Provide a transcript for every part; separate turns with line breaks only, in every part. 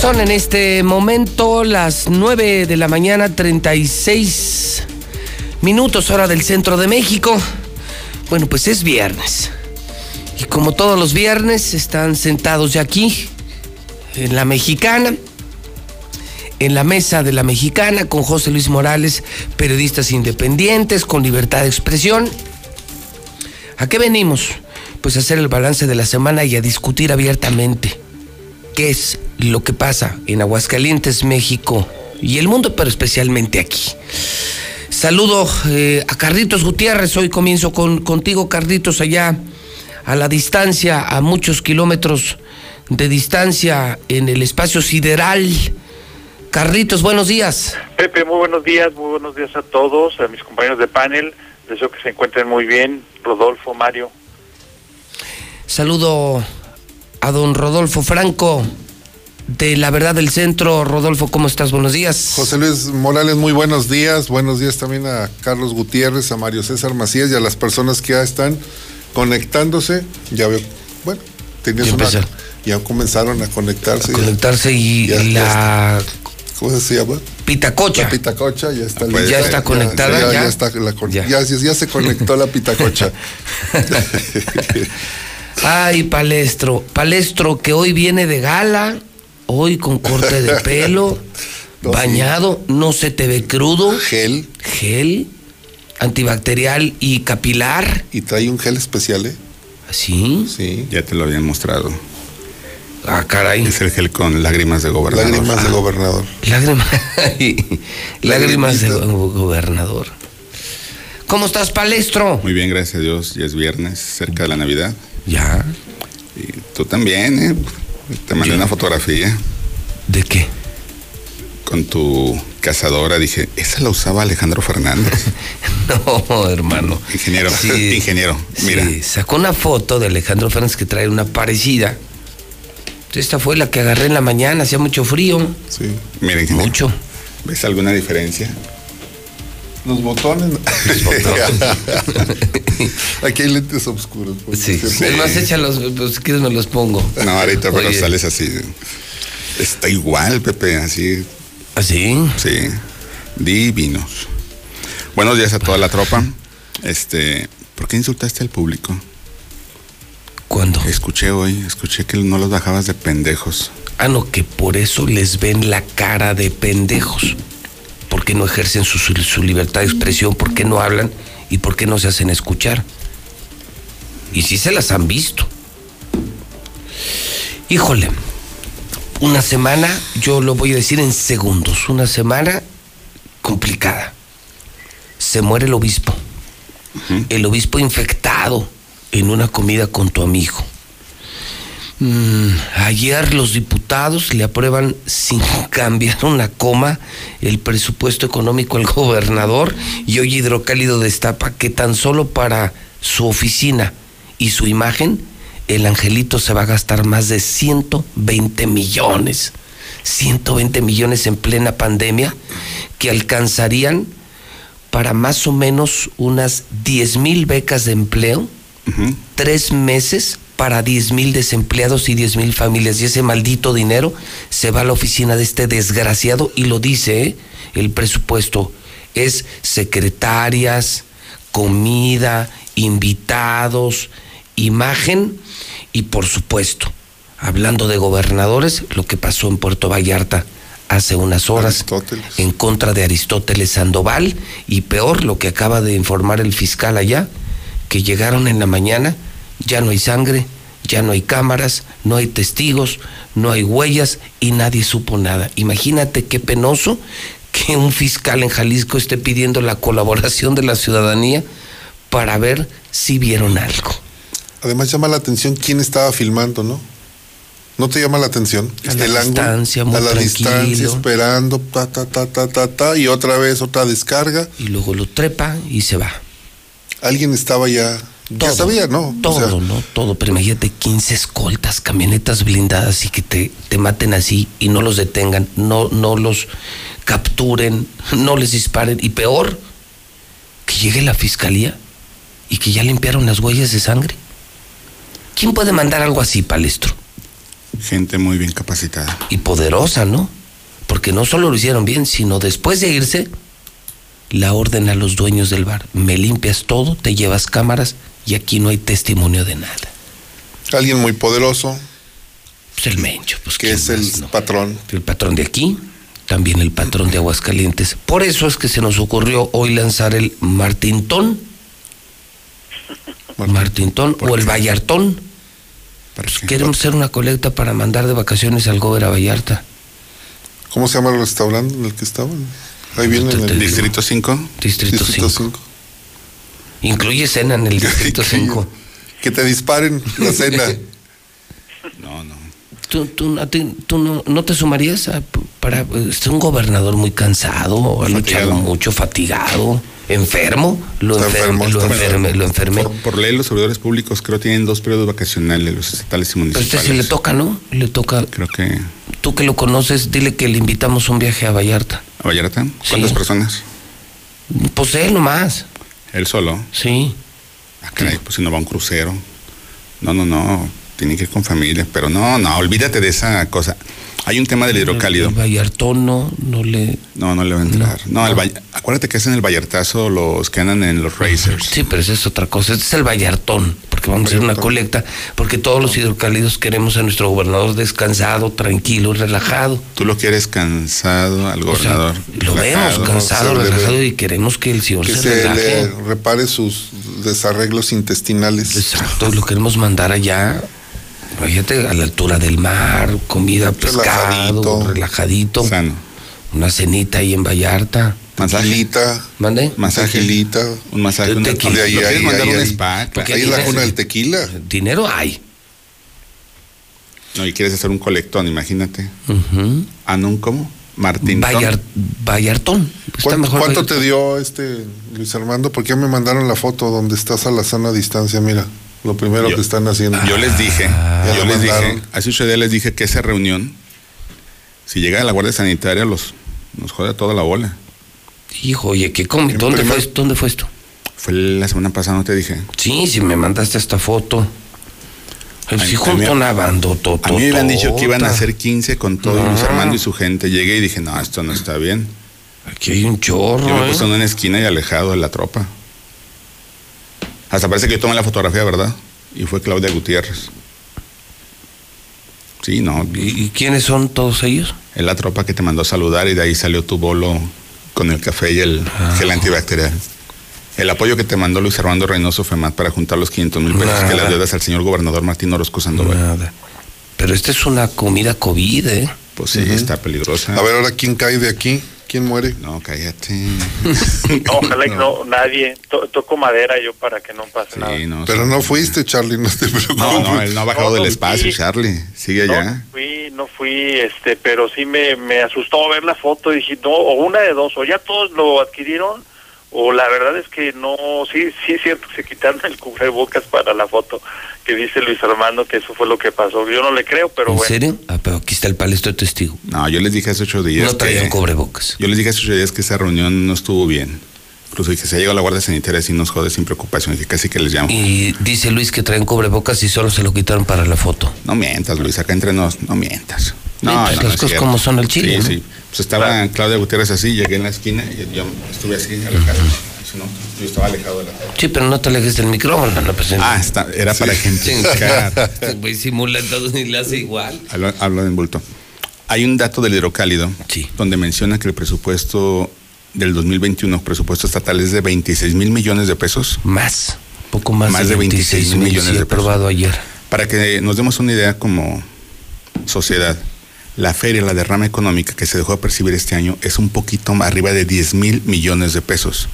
Son en este momento las 9 de la mañana, 36 minutos, hora del centro de México. Bueno, pues es viernes. Y como todos los viernes, están sentados ya aquí, en la mexicana, en la mesa de la mexicana, con José Luis Morales, periodistas independientes, con libertad de expresión. ¿A qué venimos? Pues a hacer el balance de la semana y a discutir abiertamente qué es lo que pasa en Aguascalientes, México y el mundo, pero especialmente aquí. Saludo eh, a Carlitos Gutiérrez, hoy comienzo con, contigo, Carlitos, allá a la distancia, a muchos kilómetros de distancia en el espacio sideral. Carlitos, buenos días.
Pepe, muy buenos días, muy buenos días a todos, a mis compañeros de panel, deseo que se encuentren muy bien, Rodolfo, Mario.
Saludo a don Rodolfo Franco de La Verdad del Centro. Rodolfo, ¿cómo estás? Buenos días.
José Luis Morales, muy buenos días. Buenos días también a Carlos Gutiérrez, a Mario César Macías y a las personas que ya están conectándose. Ya veo, bueno, tenías
Ya
una-
empezó.
Ya comenzaron a conectarse.
A conectarse y
Ya, ya
la
¿Cómo se llama?
pitacocha.
La pitacocha ya está
pues,
lista.
ya está conectada,
Ya,
ya.
ya está la con-
Ya.
ya. sí, ya se conectó la pitacocha.
Ay, Palestro. Palestro que hoy viene de gala, hoy con corte de pelo,
No, sí.
bañado, no se te ve crudo,
gel.
gel antibacterial y capilar.
Y trae un gel especial, ¿eh?
¿Sí?
Sí.
Ya te lo habían mostrado.
Ah, caray.
Es el gel con lágrimas de gobernador.
Ah.
Lágrimas de gobernador.
Lágrimas, lágrimas de
Lagrimita.
go- gobernador. ¿Cómo estás, Palestro?
Muy bien, gracias a Dios. Ya es viernes, cerca de la Navidad.
Ya.
Y tú también, ¿eh? Te mandé una fotografía
¿De qué?
con tu cazadora. Dije, esa la usaba Alejandro Fernández.
No, hermano.
Ingeniero, ingeniero, mira.
sí, sacó una foto de Alejandro Fernández que trae una parecida. Esta fue la que agarré en la mañana, hacía mucho frío.
Sí.
Mira, ingeniero,
Mucho.
¿Ves alguna diferencia?
Los botones. Aquí hay lentes oscuros. por
Sí.
cierto.
Es más, échalos, pues, si quieres me los pongo.
No, ahorita pero
Oye.
sales así. Está igual, Pepe, así,
¿Así?
sí. Divinos. Buenos días a toda la tropa. Este, ¿por qué insultaste al público?
¿Cuándo?
Escuché hoy, escuché que no los bajabas de pendejos.
Ah, no, que por eso les ven la cara de pendejos. Porque no ejercen su, su- su libertad de expresión, porque no hablan y porque no se hacen escuchar. Y sí se las han visto. Híjole, una semana, yo lo voy a decir en segundos, una semana complicada. Se muere el obispo. El obispo infectado en una comida con tu amigo. Mm, ayer los diputados le aprueban sin cambiar una coma el presupuesto económico al gobernador y hoy Hidrocálido destapa que tan solo para su oficina y su imagen el angelito se va a gastar más de 120 millones. 120 millones en plena pandemia que alcanzarían para más o menos unas 10 mil becas de empleo
Ujú.
tres meses para 10 mil desempleados y 10 mil familias. Y ese maldito dinero se va a la oficina de este desgraciado y lo dice, ¿eh? el presupuesto es secretarias, comida, invitados, imagen y por supuesto, hablando de gobernadores, lo que pasó en Puerto Vallarta hace unas horas
Aristóteles.
en contra de Aristóteles Sandoval y peor lo que acaba de informar el fiscal allá, que llegaron en la mañana, ya no hay sangre, ya no hay cámaras, no hay testigos, no hay huellas y nadie supo nada. Imagínate qué penoso que un fiscal en Jalisco esté pidiendo la colaboración de la ciudadanía para ver si vieron algo.
Además llama la atención quién estaba filmando, ¿no? ¿No te llama la atención?
A la distancia, muy
a la
tranquilo.
distancia, esperando, ta, ta, ta, ta, ta, ta, y otra vez otra descarga.
Y luego lo trepa y se va.
Alguien estaba ya, ya sabía, ¿no? O sea,
Todo, ¿no? Todo, pero imagínate 15 escoltas, camionetas blindadas y que te, te maten así y no los detengan, no, no los capturen, no les disparen. Y peor, que llegue la fiscalía y que ya limpiaron las huellas de sangre. ¿Quién puede mandar algo así, Palestro?
gente muy bien capacitada.
Y poderosa, ¿no? Porque no solo lo hicieron bien, sino después de irse, la orden a los dueños del bar. Me limpias todo, te llevas cámaras y aquí no hay testimonio de nada.
Alguien muy poderoso,
Pues el Mencho, pues
que
¿quién
es el
más, no?
patrón.
El patrón de aquí, también el patrón de Aguascalientes. Por eso es que se nos ocurrió hoy lanzar el Martintón,
Martín.
Martintón o el Vallartón.
¿Para qué?
Queremos hacer una colecta para mandar de vacaciones al Gober a Vallarta,
¿Cómo se llama el restaurante en el que estaban? Ahí viene en el
Distrito 5.
Distrito 5.
cinco.
Incluye cena en el Distrito 5.
Que te disparen la cena.
No, no.
¿Tú, tú, a ti- tú no, no te sumarías a- para es un gobernador muy cansado, ha luchado
Fatigado.
mucho, fatigado, enfermo? Lo,
Está
enfermo,
enfermo,
lo,
está
enferme, lo enfermé.
Por, por ley, los servidores públicos creo tienen dos periodos vacacionales, los estatales y
Pero a
municipales.
usted sí le toca, ¿no? Le toca.
Creo que
Tú que lo conoces, dile que le invitamos un viaje a Vallarta.
a Vallarta. ¿Cuántas
Sí.
personas?
Pues él nomás,
Él solo.
sí.
Ah, caray, pues si no va a un crucero. No, no, no. Tiene que ir con familia. Pero no, no, olvídate de esa cosa. Hay un tema del hidrocálido.
El Vallartón no, no le.
No, no le va a entrar.
No.
No, al Vall- acuérdate que hacen el Vallartazo los que andan en los racers.
Sí, pero esa es otra cosa. Este es el Vallartón, porque vamos a hacer una
Vallartón.
colecta, porque todos los hidrocálidos queremos a nuestro gobernador descansado, tranquilo, relajado.
Tú lo quieres cansado al
O sea,
gobernador.
lo vemos
relajado.
cansado,
se le ve.
relajado y queremos que el señor
que
se,
se
relaje. Pues,
le repare sus desarreglos intestinales.
Exacto, lo queremos mandar allá. Fíjate, a la altura del mar, comida, pescado, relajadito,
Relajadito.
Sano.
una cenita ahí en Vallarta.
Masaje.
Tequilita,
¿Mande?
Masaje.
tequilita.
Un masaje. Una,
Tequila.
¿Lo
Ahí,
quieres
ahí,
mandar
ahí,
un
ahí.
spa? claro.
Porque
Ahí es la
tienes-
cuna del tequila.
Dinero hay.
No, y quieres hacer un colectón, imagínate.
Ujú.
¿A un cómo? Martín.
Vallar- Vallartón. Pues Está
¿Cuánto,
mejor
cuánto
Vallarta.
te dio este Luis Armando? Porque ya me mandaron la foto donde estás a la sana distancia. Mira, lo primero
Yo- Ah.
que están haciendo.
Yo les dije,
Ah. Ya
yo
lo
les dije,
mandaron.
hace ocho días les dije que esa reunión, si llega la Guardia Sanitaria, los, nos jode a toda la bola.
Hijo, oye, ¿qué come?
En
¿Dónde,
primer-
fue, esto? ¿Dónde fue esto?
Fue la semana pasada, no te dije.
Sí, si me mandaste esta foto. El
Ay,
hijo
a mí-
una bandototota.
A mí me habían dicho que iban a hacer 15 con todo y Luis
Tota. Ah.
Armando y su gente. Llegué y dije, no, esto no está bien.
Aquí hay un
Yo
chorro.
me
¿eh?
puse en una esquina y alejado de la tropa. Hasta parece que yo tomé la fotografía, ¿verdad? Y fue Claudia Gutiérrez. Sí, no.
¿Y, y quiénes son todos ellos?
Es la tropa que te mandó a saludar y de ahí salió tu bolo con el café y el
Ah.
gel antibacterial. El apoyo que te mandó Luis Armando Reynoso Femat para juntar los 500 mil pesos
Nada.
que le deudas al señor gobernador Martín Orozco Sandoval.
Nada. Pero esta es una comida COVID, ¿eh?
Pues sí,
Ujú.
está peligrosa.
A ver ahora quién cae de aquí, quién muere.
No, cállate.
No, ojalá que no, nadie. To- toco madera yo para que no pase nada.
Sí, no.
Pero no fuiste, Charlie, no te preocupes.
No, no, él no ha bajado
No,
del
no,
espacio,
sí.
Charlie. Sigue
No
allá.
fui, no fui, este, pero sí me, me asustó ver la foto y dije, no, o una de dos, o ya todos lo adquirieron, o la verdad es que no, sí, sí es cierto que se quitaron el cubrebocas para la foto que dice Luis Armando que eso fue lo que pasó. Yo no le creo, pero
¿En
bueno.
serio? Ah, pero aquí está el palestro testigo.
No, yo les dije hace ocho días.
No traían
que-
cobrebocas.
Yo les dije hace ocho días que esa reunión no estuvo bien. Incluso dije, se ha llegado la Guardia Sanitaria y nos jode sin preocupación. que casi que les llamo.
Y dice Luis que traen cobrebocas y solo se lo quitaron para la foto.
No mientas, Luis, acá entre nos, no mientas. No,
Mientas,
no,
las
es
cosas
cierto.
como son al chile,
Sí,
¿no?
sí. Pues estaba Claudia Gutiérrez así, llegué en la esquina y yo estuve así alejado. Si no, yo estaba alejado de la
Sí, pero no te alejes del micrófono. No, pues,
Ah, está, era para ejemplificar.
este güey simula todo y le hace igual.
hablo, hablo en bulto. Hay un dato del hidrocálido
Sí.
donde menciona que el presupuesto del 2021, presupuesto estatal, es de 26 mil millones de pesos.
Más, poco más,
Más de 26
mil,
millones
sí,
de pesos.
aprobado ayer.
Para que nos demos una idea como sociedad, la feria, la derrama económica que se dejó de percibir este año es un poquito más arriba de 10 mil millones de pesos.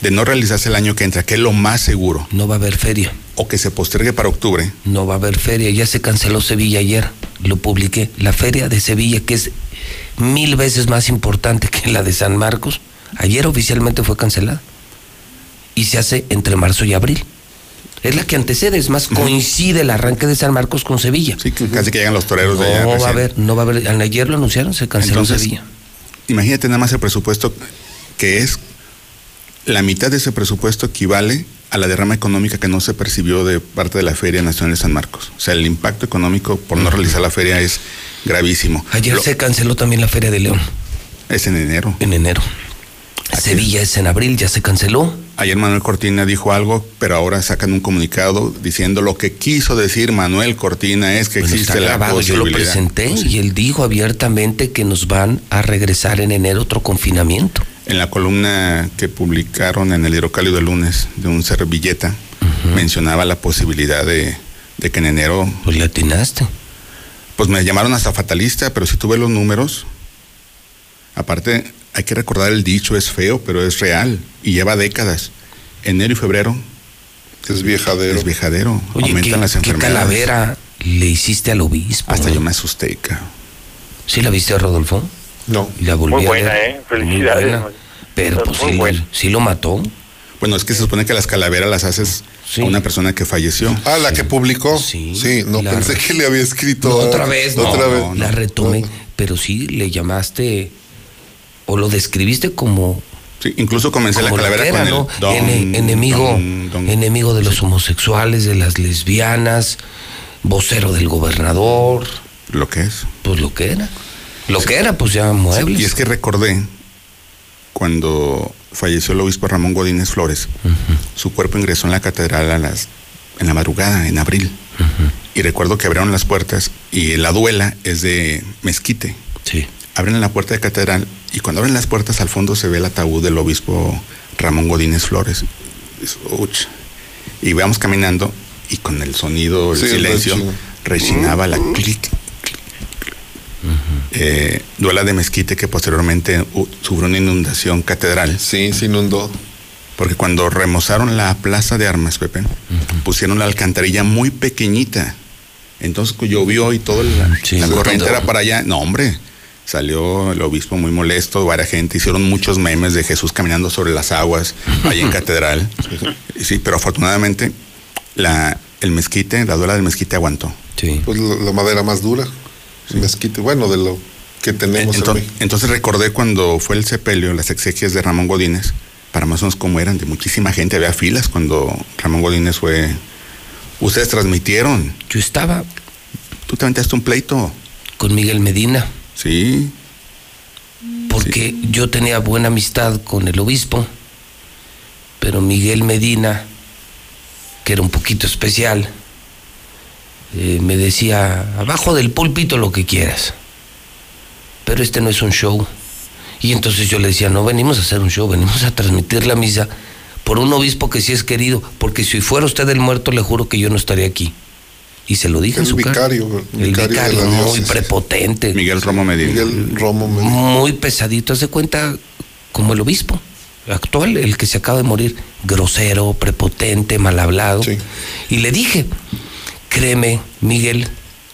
De no realizarse el año que entra, que es lo más seguro,
No va a haber feria.
o que se postergue para octubre,
No va a haber feria. Ya se canceló Sevilla ayer. Lo publiqué. La feria de Sevilla, que es mil veces más importante que la de San Marcos, ayer oficialmente fue cancelada. Y se hace entre marzo y abril. Es la que antecede, es más, coincide el arranque de San Marcos con Sevilla.
sí, que casi que llegan los toreros
no
de allá.
va a
recién.
haber, no va a haber. Ayer lo anunciaron, se canceló
Entonces,
Sevilla.
Imagínate nada más el presupuesto que es, la mitad de ese presupuesto equivale a a la derrama económica que no se percibió de parte de la Feria Nacional de San Marcos. O sea, el impacto económico por no realizar la feria es gravísimo.
Ayer
Lo-
se canceló también la Feria de León,
Es en enero.
en enero. Sevilla es en abril, ya se canceló.
Ayer Manuel Cortina dijo algo, pero ahora sacan un comunicado diciendo lo que quiso decir Manuel Cortina es que
Bueno,
existe
está
la
grabado, yo lo
posibilidad.
presenté y él dijo abiertamente que nos van a regresar en enero otro confinamiento.
En la columna que publicaron en el Hidrocálido el lunes de un servilleta, mencionaba la posibilidad de, de que en enero,
Pues le atinaste.
pues me llamaron hasta fatalista, pero si tuve los números. Aparte, hay que recordar el dicho, es feo, pero es real y lleva décadas. Enero y febrero
Es viejadero.
es viejadero,
Oye,
aumentan
¿qué,
las
qué
enfermedades.
calavera le hiciste al obispo?
Hasta
no?
yo me asusté, cabrón.
¿Sí la viste, Rodolfo?
No.
Y La volví
Muy
a
buena,
ver.
¿eh? Felicidades.
Muy buena. Pero
Muy
pues sí,
buena.
sí lo mató.
Bueno, es que se supone que las calaveras las haces
Sí.
a una persona que falleció.
Ah, la que publicó.
Sí.
Sí. no
La-
pensé que le había escrito.
No,
ah,
otra vez, no,
Otra vez.
no, la retomé, pero sí le llamaste o lo describiste como,
Sí, incluso comencé la
como
calavera
ratera,
con el
¿no?
don,
Ene- enemigo,
don, don.
enemigo de los homosexuales, de las lesbianas, vocero del gobernador,
Lo que es.
pues lo que era. Lo que era, pues ya muebles.
Y es que recordé cuando falleció el obispo Ramón Godínez Flores, su cuerpo ingresó en la catedral a las en la madrugada, en abril. Y recuerdo que abrieron las puertas y la duela es de mezquite.
Sí.
Abren la puerta de catedral y cuando abren las puertas al fondo se ve el ataúd del obispo Ramón Godínez Flores. Es- uch. Y vamos caminando y con el sonido, el
Sí, el
silencio,
rechino.
rechinaba la clic. clic, clic. Eh, duela de mezquite que posteriormente uh, sufrió una inundación catedral.
Sí, se inundó.
Porque cuando remozaron la plaza de armas, Pepe, pusieron la alcantarilla muy pequeñita. Entonces cu- llovió y todo la,
Mm, Sí,
la
sí,
corriente
todo.
era para allá. No, hombre. Salió el obispo muy molesto, varias gente. Hicieron muchos memes de Jesús caminando sobre las aguas allá en catedral. Sí, pero afortunadamente la, el mezquite, la duela del mezquite aguantó.
Sí.
Pues la, la madera más dura. El Mezquite. Bueno, de lo que tenemos en
Enton-
México.
Eh, entonces recordé cuando fue el sepelio, las exequias de Ramón Godínez, para más o menos cómo eran, de muchísima gente, había filas cuando Ramón Godínez fue... Ustedes transmitieron,
Yo estaba
tú te aventaste un pleito,
con Miguel Medina.
¿sí?
porque yo tenía buena amistad con el obispo, pero Miguel Medina, que era un poquito especial, eh, me decía, abajo del púlpito lo que quieras, pero este no es un show. Y entonces yo le decía, no venimos a hacer un show, venimos a transmitir la misa por un obispo que sí es querido, porque si fuera usted el muerto, le juro que yo no estaría aquí. Y se lo dije en
El
su cara.
vicario, el
El
vicario de
vicario,
la
muy
diócesis.
prepotente
Miguel Romo Medina.
Miguel Romo me dijo.
muy pesadito, hace cuenta como el obispo actual, el que se acaba de morir, grosero, prepotente, mal hablado.
Sí.
Y le dije, créeme, Miguel,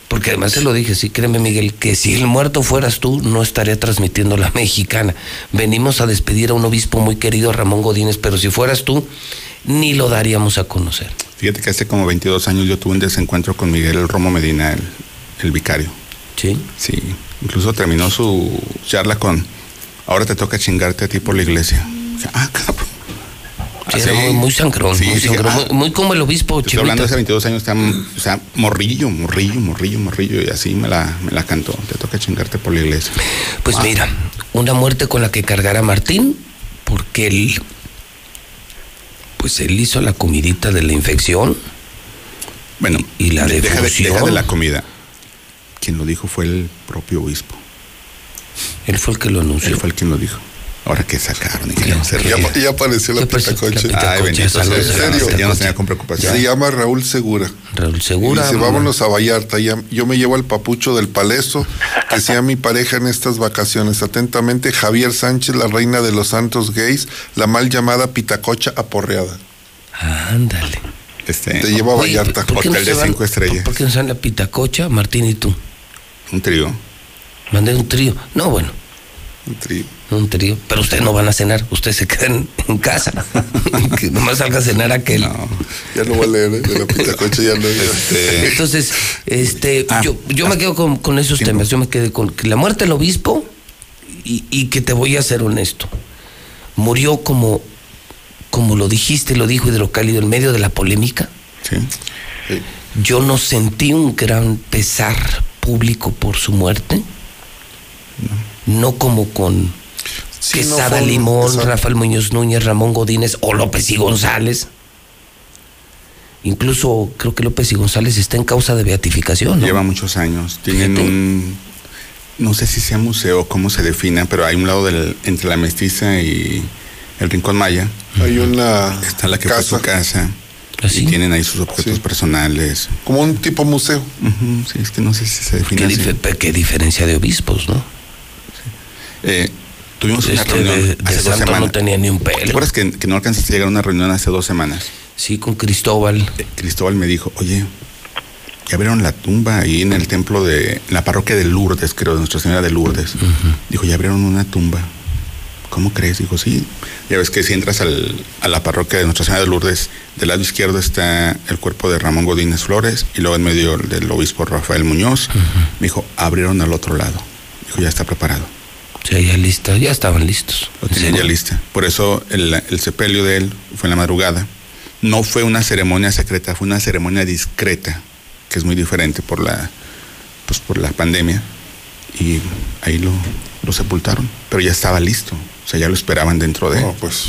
porque además se lo dije, sí, créeme, Miguel, que si el muerto fueras tú, no estaría transmitiendo la mexicana. Venimos a despedir a un obispo muy querido, Ramón Godínez, pero si fueras tú, ni lo daríamos a conocer.
Fíjate que hace como 22 años yo tuve un desencuentro con Miguel Romo Medina, el, el vicario.
Sí.
Sí, incluso terminó su charla con, ahora te toca chingarte a ti por la iglesia. Dije, Ah, cabrón.
Sí,
Así.
era muy, muy sangrón,
Ah, Sí,
muy,
dije,
sangrón,
ah,
muy- muy como el obispo
Te Estoy hablando
Chivita.
de hace 22 años, está, o sea, morrillo, morrillo, morrillo, morrillo, y así me la, me la cantó. Te toca chingarte por la iglesia.
Pues
Wow.
mira, una muerte con la que cargará Martín, porque él, pues él hizo la comidita de la infección.
Bueno,
Y- y la
de- deja, de,
defusión.
deja de la comida. Quien lo dijo fue el propio obispo.
Él fue el que lo
Él
anunció.
fue el quien lo dijo. Ahora que sacaron y que
Ya,
ya no se
Ya,
ríe.
ya apareció la
Ya apareció
pitacoche.
la
Ay,
Pitacocha,
bendito
saludos
sea,
a la
ya no- ya no
Pitacocha.
tenía con preocupación.
Se llama Raúl Segura.
Raúl
Y
Segura.
dice, vámonos a Vallarta, ya- yo me llevo al papucho del palezo, que sea mi pareja en estas vacaciones. Atentamente, Javier Sánchez, la reina de los santos gays, la mal llamada pitacocha aporreada.
Ándale.
Este,
Te llevo a
Oye,
Vallarta.
¿por qué
hotel
no se
de
van-
cinco estrellas.
¿Por qué no se van la pitacocha, Martín y tú?
un trío.
Mandé un trío. No, bueno,
Un trío.
un trío. Pero ustedes no van a cenar, ustedes se quedan en casa. que nomás salga a cenar aquel.
No.
Ya no voy a leer, ¿eh? de la pitacocha ya no.
Este,
Entonces, este,
Ah,
yo, yo me quedo con, con esos
sí,
temas. Yo me quedé con que la muerte del obispo y, y que te voy a ser honesto. Murió como como lo dijiste, lo dijo Hidrocálido en medio de la polémica,
Sí. Sí.
yo no sentí un gran pesar público por su muerte, no como con
Sí, no
Quesada
fue un-
Limón,
exacto.
Rafael Muñoz Núñez, Ramón Godínez o López y González. Incluso creo que López y González está en causa de beatificación. ¿no?
Lleva muchos años. Tienen
Fíjate.
un. No sé si sea museo o cómo se defina, pero hay un lado del- entre la mestiza y el rincón maya.
Hay una
Está la que
casa,
fue su casa.
¿Ah, sí?
Y tienen ahí sus objetos
Sí.
personales.
como un tipo museo.
Ujú, sí, es que no sé si se
¿Qué,
define así.
dif- pe- qué diferencia de obispos, ¿no?
Eh, tuvimos una
Este
reunión
de, de
hace dos
Santo
semanas.
no tenía ni un
¿Te
pelo.
acuerdas que, que no alcanzaste a llegar a una reunión hace dos semanas?
Sí, con Cristóbal.
Eh, Cristóbal me dijo, oye, ya abrieron la tumba ahí en el templo de en la parroquia de Lourdes, creo, de Nuestra Señora de Lourdes. Dijo, ya abrieron una tumba. ¿Cómo crees? Dijo, sí. Ya ves que si entras al- a la parroquia de Nuestra Señora de Lourdes, del lado izquierdo está el cuerpo de Ramón Godínez Flores y luego en medio el del obispo Rafael Muñoz. Me dijo, abrieron al otro lado. Dijo, ya está preparado.
O sea, ya lista, ya estaban listos.
Lo tenían ya lista. Por eso el, el sepelio de él fue en la madrugada. No fue una ceremonia secreta, fue una ceremonia discreta, que es muy diferente por la, pues por la pandemia. Y ahí lo, lo sepultaron. Pero ya estaba listo. O sea, ya lo esperaban dentro de él.
No, pues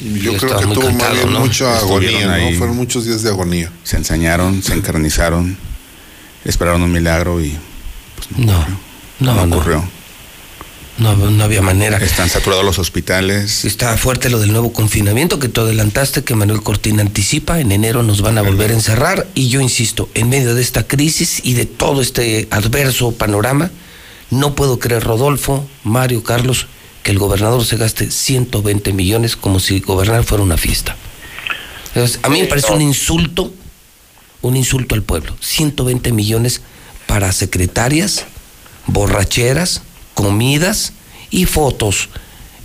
yo
Ya
creo
estaba
que
muy
tuvo más
cantado,
bien
¿no?
mucha
Estuvieron
agonía,
ahí.
¿no? Fueron muchos días de agonía.
Se ensañaron, se encarnizaron, esperaron un milagro y pues, no,
No,
ocurrió.
no, no.
ocurrió.
No, no había manera.
Están saturados los hospitales.
Está fuerte lo del nuevo confinamiento que tú adelantaste, que Manuel Cortina anticipa. En enero nos van a volver a encerrar. Y yo insisto, en medio de esta crisis y de todo este adverso panorama, no puedo creer, Rodolfo, Mario, Carlos, que el gobernador se gaste 120 millones como si gobernar fuera una fiesta. Entonces, a mí me
Sí,
parece
no.
un insulto, un insulto al pueblo. 120 millones para secretarias, borracheras, comidas y fotos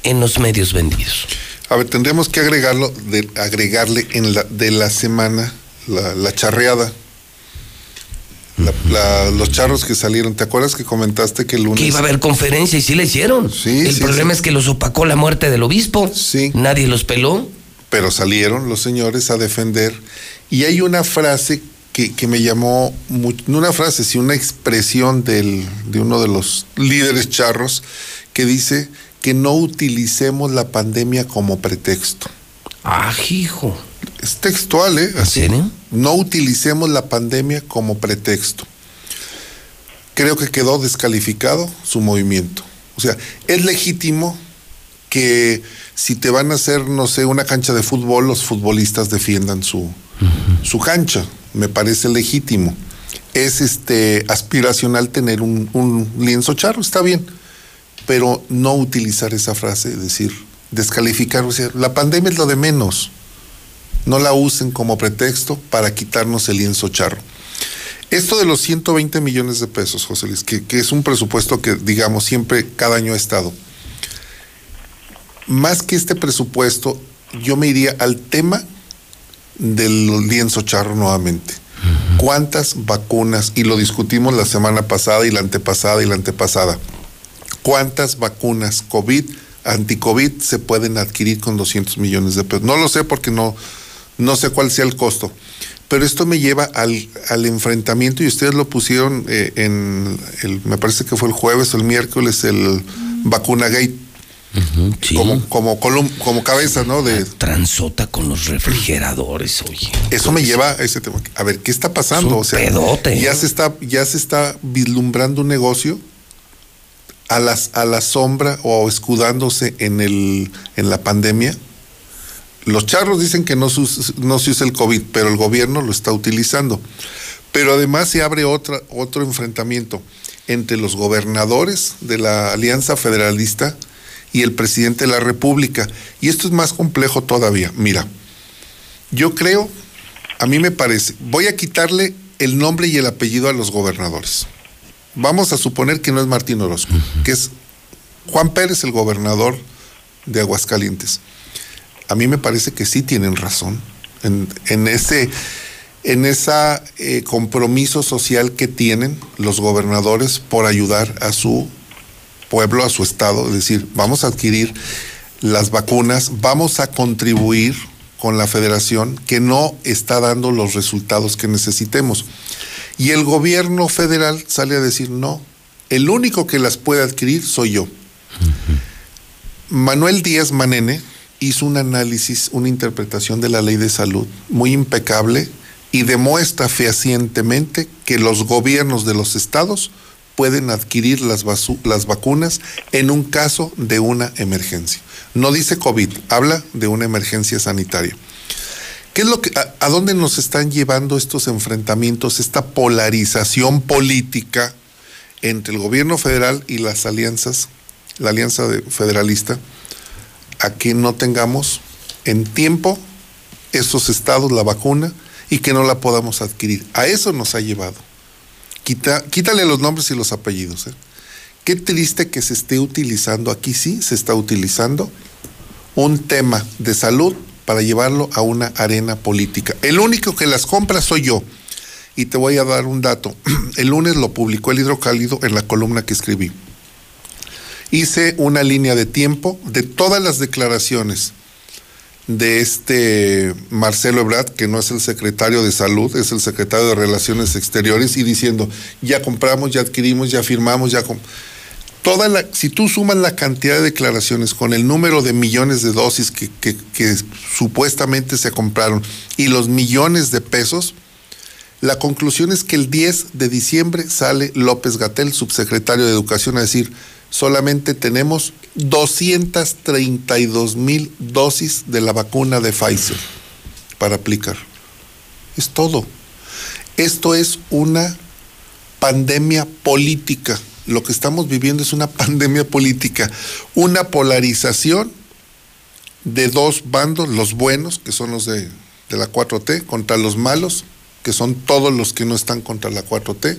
en los medios vendidos.
A ver, tendríamos que agregarlo, de, agregarle en la de la semana la, la charreada. La- la- los charros que salieron. ¿Te acuerdas que comentaste que el lunes?
Que iba a haber conferencia y sí la hicieron.
Sí,
El
sí,
problema
sí.
es que los opacó la muerte del obispo.
Sí.
Nadie los peló.
pero salieron los señores a defender. Y hay una frase que, que me llamó, mu- no una frase, sino una expresión del, de uno de los líderes charros que dice que no utilicemos la pandemia como pretexto.
Ah, hijo.
Es textual, ¿eh?
¿En serio?
No utilicemos la pandemia como pretexto. Creo que quedó descalificado su movimiento. O sea, es legítimo que si te van a hacer, no sé, una cancha de fútbol, los futbolistas defiendan su, su cancha. Me parece legítimo. Es este aspiracional tener un, un lienzo charro, está bien. Pero no utilizar esa frase, decir, descalificar, o sea, la pandemia es lo de menos no la usen como pretexto para quitarnos el lienzo charro. Esto de los 120 millones de pesos, José Luis, que, que es un presupuesto que, digamos, siempre cada año ha estado. Más que este presupuesto, yo me iría al tema del lienzo charro nuevamente. ¿Cuántas vacunas, y lo discutimos la semana pasada y la antepasada y la antepasada, cuántas vacunas COVID, anticovid se pueden adquirir con 200 millones de pesos? No lo sé porque no, no sé cuál sea el costo. Pero esto me lleva al, al enfrentamiento y ustedes lo pusieron eh, en, el, me parece que fue el jueves o el miércoles, el vacuna gate,
Sí.
como, como, colum- como cabeza, ¿no? De,
Transota con los refrigeradores, oye.
eso me lleva a ese tema. A ver, ¿qué está pasando?
Es un
o sea,
pedote,
ya
¿no?
se está, ya se está vislumbrando un negocio a las, a la sombra o escudándose en el, en la pandemia. Los charros dicen que no, se us- no se usa el COVID, pero el gobierno lo está utilizando. Pero además se abre otra, otro enfrentamiento entre los gobernadores de la Alianza Federalista y el presidente de la República. Y esto es más complejo todavía. Mira, yo creo, a mí me parece, voy a quitarle el nombre y el apellido a los gobernadores. Vamos a suponer que no es Martín Orozco, que es Juan Pérez, el gobernador de Aguascalientes. A mí me parece que sí tienen razón en, en ese en ese compromiso social que tienen los gobernadores por ayudar a su pueblo, a su estado, es decir, vamos a adquirir las vacunas, vamos a contribuir con la federación que no está dando los resultados que necesitemos. Y el gobierno federal sale a decir, no, el único que las puede adquirir soy yo. Manuel Díaz Manene hizo un análisis, una interpretación de la ley de salud muy impecable y demuestra fehacientemente que los gobiernos de los estados pueden adquirir las, las vacunas en un caso de una emergencia. No dice COVID, habla de una emergencia sanitaria. ¿Qué es lo que, a, a dónde nos están llevando estos enfrentamientos, esta polarización política entre el gobierno federal y las alianzas, la alianza de federalista, a que no tengamos en tiempo estos estados la vacuna y que no la podamos adquirir? A eso nos ha llevado. Quita, quítale los nombres y los apellidos. ¿eh? Qué triste que se esté utilizando, aquí sí se está utilizando, un tema de salud para llevarlo a una arena política. El único que las compra soy yo. Y te voy a dar un dato. El lunes lo publicó el hidrocálido en la columna que escribí. Hice una línea de tiempo de todas las declaraciones de este Marcelo Ebrard, que no es el secretario de Salud, es el secretario de Relaciones Exteriores, y diciendo, ya compramos, ya adquirimos, ya firmamos, ya... Toda la, si tú sumas la cantidad de declaraciones con el número de millones de dosis que, que, que supuestamente se compraron y los millones de pesos, la conclusión es que el 10 de diciembre sale López Gatel, subsecretario de Educación, a decir, solamente tenemos 232 mil dosis de la vacuna de Pfizer para aplicar. Es todo. Esto es una pandemia política. Lo que estamos viviendo es una pandemia política, una polarización de dos bandos, los buenos, que son los de, de la 4T, contra los malos, que son todos los que no están contra la 4T,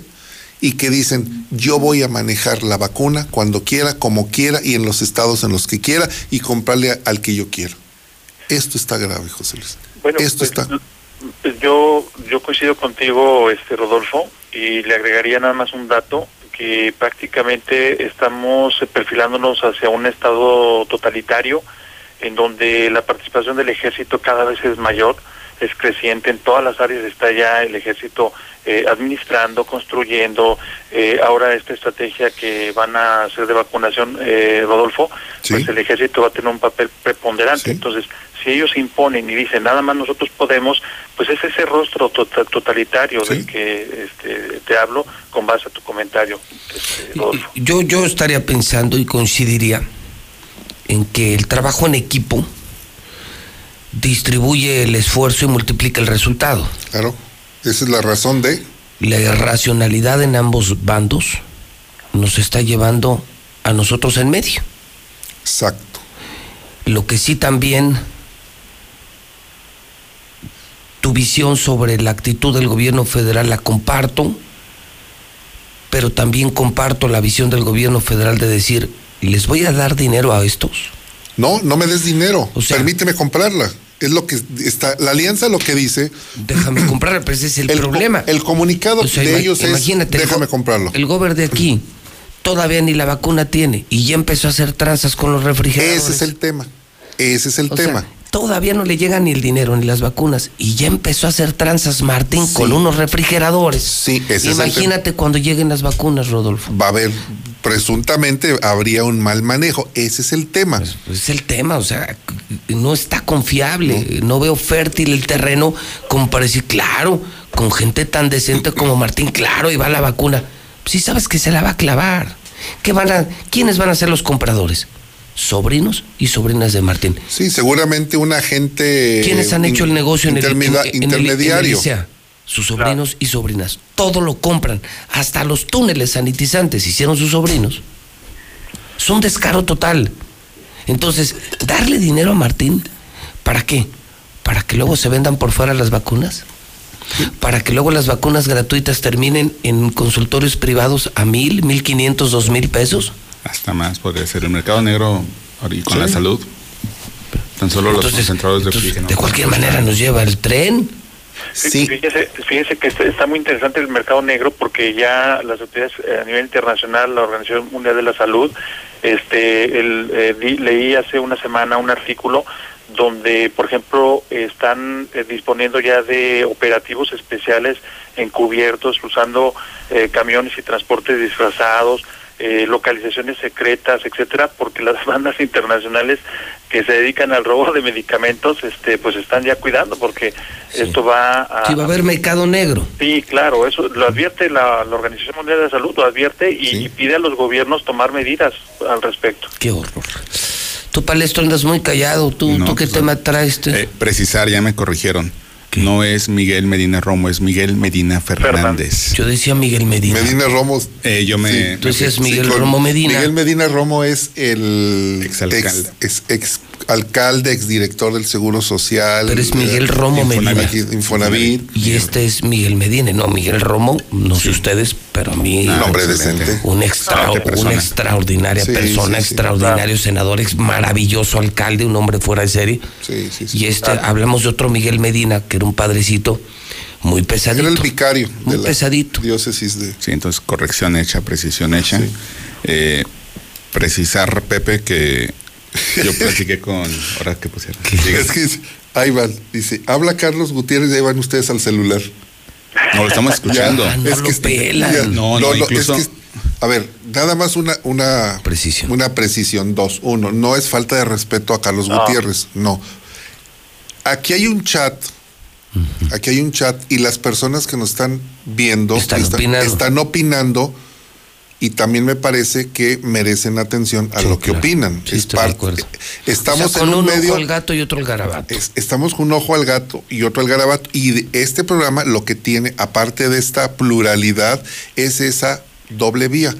y que dicen yo voy a manejar la vacuna cuando quiera, como quiera y en los estados en los que quiera y comprarle al que yo quiera. Esto está grave, José Luis.
Bueno,
Esto
pues,
está.
Yo, yo coincido contigo, este Rodolfo, y le agregaría nada más un dato que prácticamente estamos eh, perfilándonos hacia un estado totalitario en donde la participación del ejército cada vez es mayor es creciente en todas las áreas está ya el ejército eh, administrando construyendo eh, ahora esta estrategia que van a hacer de vacunación eh, Rodolfo
Sí.
pues el ejército va a tener un papel preponderante
Sí.
entonces si ellos se imponen y dicen nada más nosotros podemos pues es ese rostro tota- totalitario
Sí.
del que este, te hablo con base a tu comentario este, Rodolfo
Yo, yo estaría pensando y coincidiría en que el trabajo en equipo distribuye el esfuerzo y multiplica el resultado.
Claro. Esa es la razón de.
La irracionalidad en ambos bandos nos está llevando a nosotros en medio.
Exacto.
Lo que sí también tu visión sobre la actitud del gobierno federal la comparto, pero también comparto la visión del gobierno federal de decir, les voy a dar dinero a estos.
No, no me des dinero.
O sea-
Permíteme comprarla. Es lo que está. La alianza lo que dice.
Déjame comprar, pues ese es el,
co-
problema.
El comunicado
O sea,
de
ima-
ellos es.
imagínate, el go-
Déjame comprarlo.
El gober de aquí todavía ni la vacuna tiene y ya empezó a hacer tranzas con los refrigeradores.
Ese es el tema. Ese es el
O sea,
tema.
todavía no le llega ni el dinero ni las vacunas y ya empezó a hacer tranzas Martín
Sí.
con unos refrigeradores.
Sí, ese es el
Imagínate cuando lleguen las vacunas, Rodolfo.
Va a haber. Presuntamente habría un mal manejo. Ese es el tema.
Pues, Es el tema, o sea, no está confiable, no veo fértil el terreno como para decir, claro, con gente tan decente como Martín, claro, y va la vacuna. Si sabes que se la va a clavar. ¿Qué van a, ¿Quiénes van a ser los compradores? Sobrinos y sobrinas de Martín.
Sí, seguramente un agente.
¿Quiénes han
eh,
hecho el negocio en el, en-
intermeda-
en- en el- en el
intermediario?
ICEA? Sus sobrinos y sobrinas. Todo lo compran. Hasta los túneles sanitizantes hicieron sus sobrinos. Es un descaro total. Entonces, darle dinero a Martín, ¿para qué? ¿Para que luego se vendan por fuera las vacunas? ¿Para que luego las vacunas gratuitas terminen en consultorios privados a mil, mil quinientos, dos mil pesos?
Hasta más podría ser. El mercado negro ahora, y con
Sí.
la salud. Tan solo los
Entonces,
concentradores
entonces,
de oxígeno.
de cualquier manera nos lleva el tren.
Sí,
Fíjese, fíjese que este, está, está muy interesante el mercado negro porque ya las autoridades eh, a nivel internacional, la Organización Mundial de la Salud, Este, el, eh, di- leí hace una semana un artículo donde, por ejemplo, están eh, disponiendo ya de operativos especiales encubiertos, usando eh, camiones y transportes disfrazados, eh, localizaciones secretas, etcétera, porque las bandas internacionales que se dedican al robo de medicamentos, este, pues están ya cuidando, porque
Sí.
esto va a,
Sí, va a haber mercado negro.
Ah, Sí, claro, eso lo advierte la, la Organización Mundial de la Salud, lo advierte y,
Sí.
y pide a los gobiernos tomar medidas al respecto.
Qué horror. Tú, Palestro, andas muy callado. ¿Tú,
No,
¿tú qué
pues,
tema traes? tú?
Eh, precisar, ya me corrigieron. No es Miguel Medina Romo, es Miguel Medina Fernández.
Yo decía Miguel Medina.
Medina Romo.
Eh, yo me-
Sí,
me
Tú decías
sí,
Pues Miguel
con-
Romo Medina.
Miguel Medina Romo es el
Exalcalde.
ex, ex- exalcalde, exdirector del Seguro Social.
Pero es Miguel Romo
Infonavit.
Medina.
Infonavit. Infonavit.
Y este es Miguel Medina. No, Miguel Romo, no sé ustedes, pero a mí.
Ah,
Un hombre
excelente.
decente.
Un extra,
Excelente
una
persona.
extraordinaria
Sí,
persona,
sí, sí.
extraordinario senador, ex maravilloso alcalde, un hombre fuera de serie.
Sí, sí, sí.
Y este, hablamos de otro Miguel Medina, que era un padrecito muy pesadito.
Era el vicario
Muy pesadito.
diócesis de.
Sí, entonces corrección hecha, precisión hecha.
Sí.
Eh, precisar, Pepe, que yo platiqué con. Ahora que pusieron. Diga,
Es que es- ahí van, dice, habla Carlos Gutiérrez y ahí van ustedes al celular.
No lo estamos escuchando.
Ah, no lo
este,
pelan.
No, no, incluso-
es que- a ver, nada más una, una
Precisión.
Una precisión, dos. Uno, no es falta de respeto a Carlos
No.
Gutiérrez, no. Aquí hay un chat, aquí hay un chat y las personas que nos están viendo
Están opinando.
están opinando y también me parece que merecen atención a
Sí,
lo que
claro.
opinan.
Sí, estoy de acuerdo.
Estamos
O sea,
en
con
un,
un ojo
medio...
al gato y otro al garabato.
Es- estamos con un ojo al gato y otro al garabato. Y de este programa lo que tiene, aparte de esta pluralidad, es esa doble vía.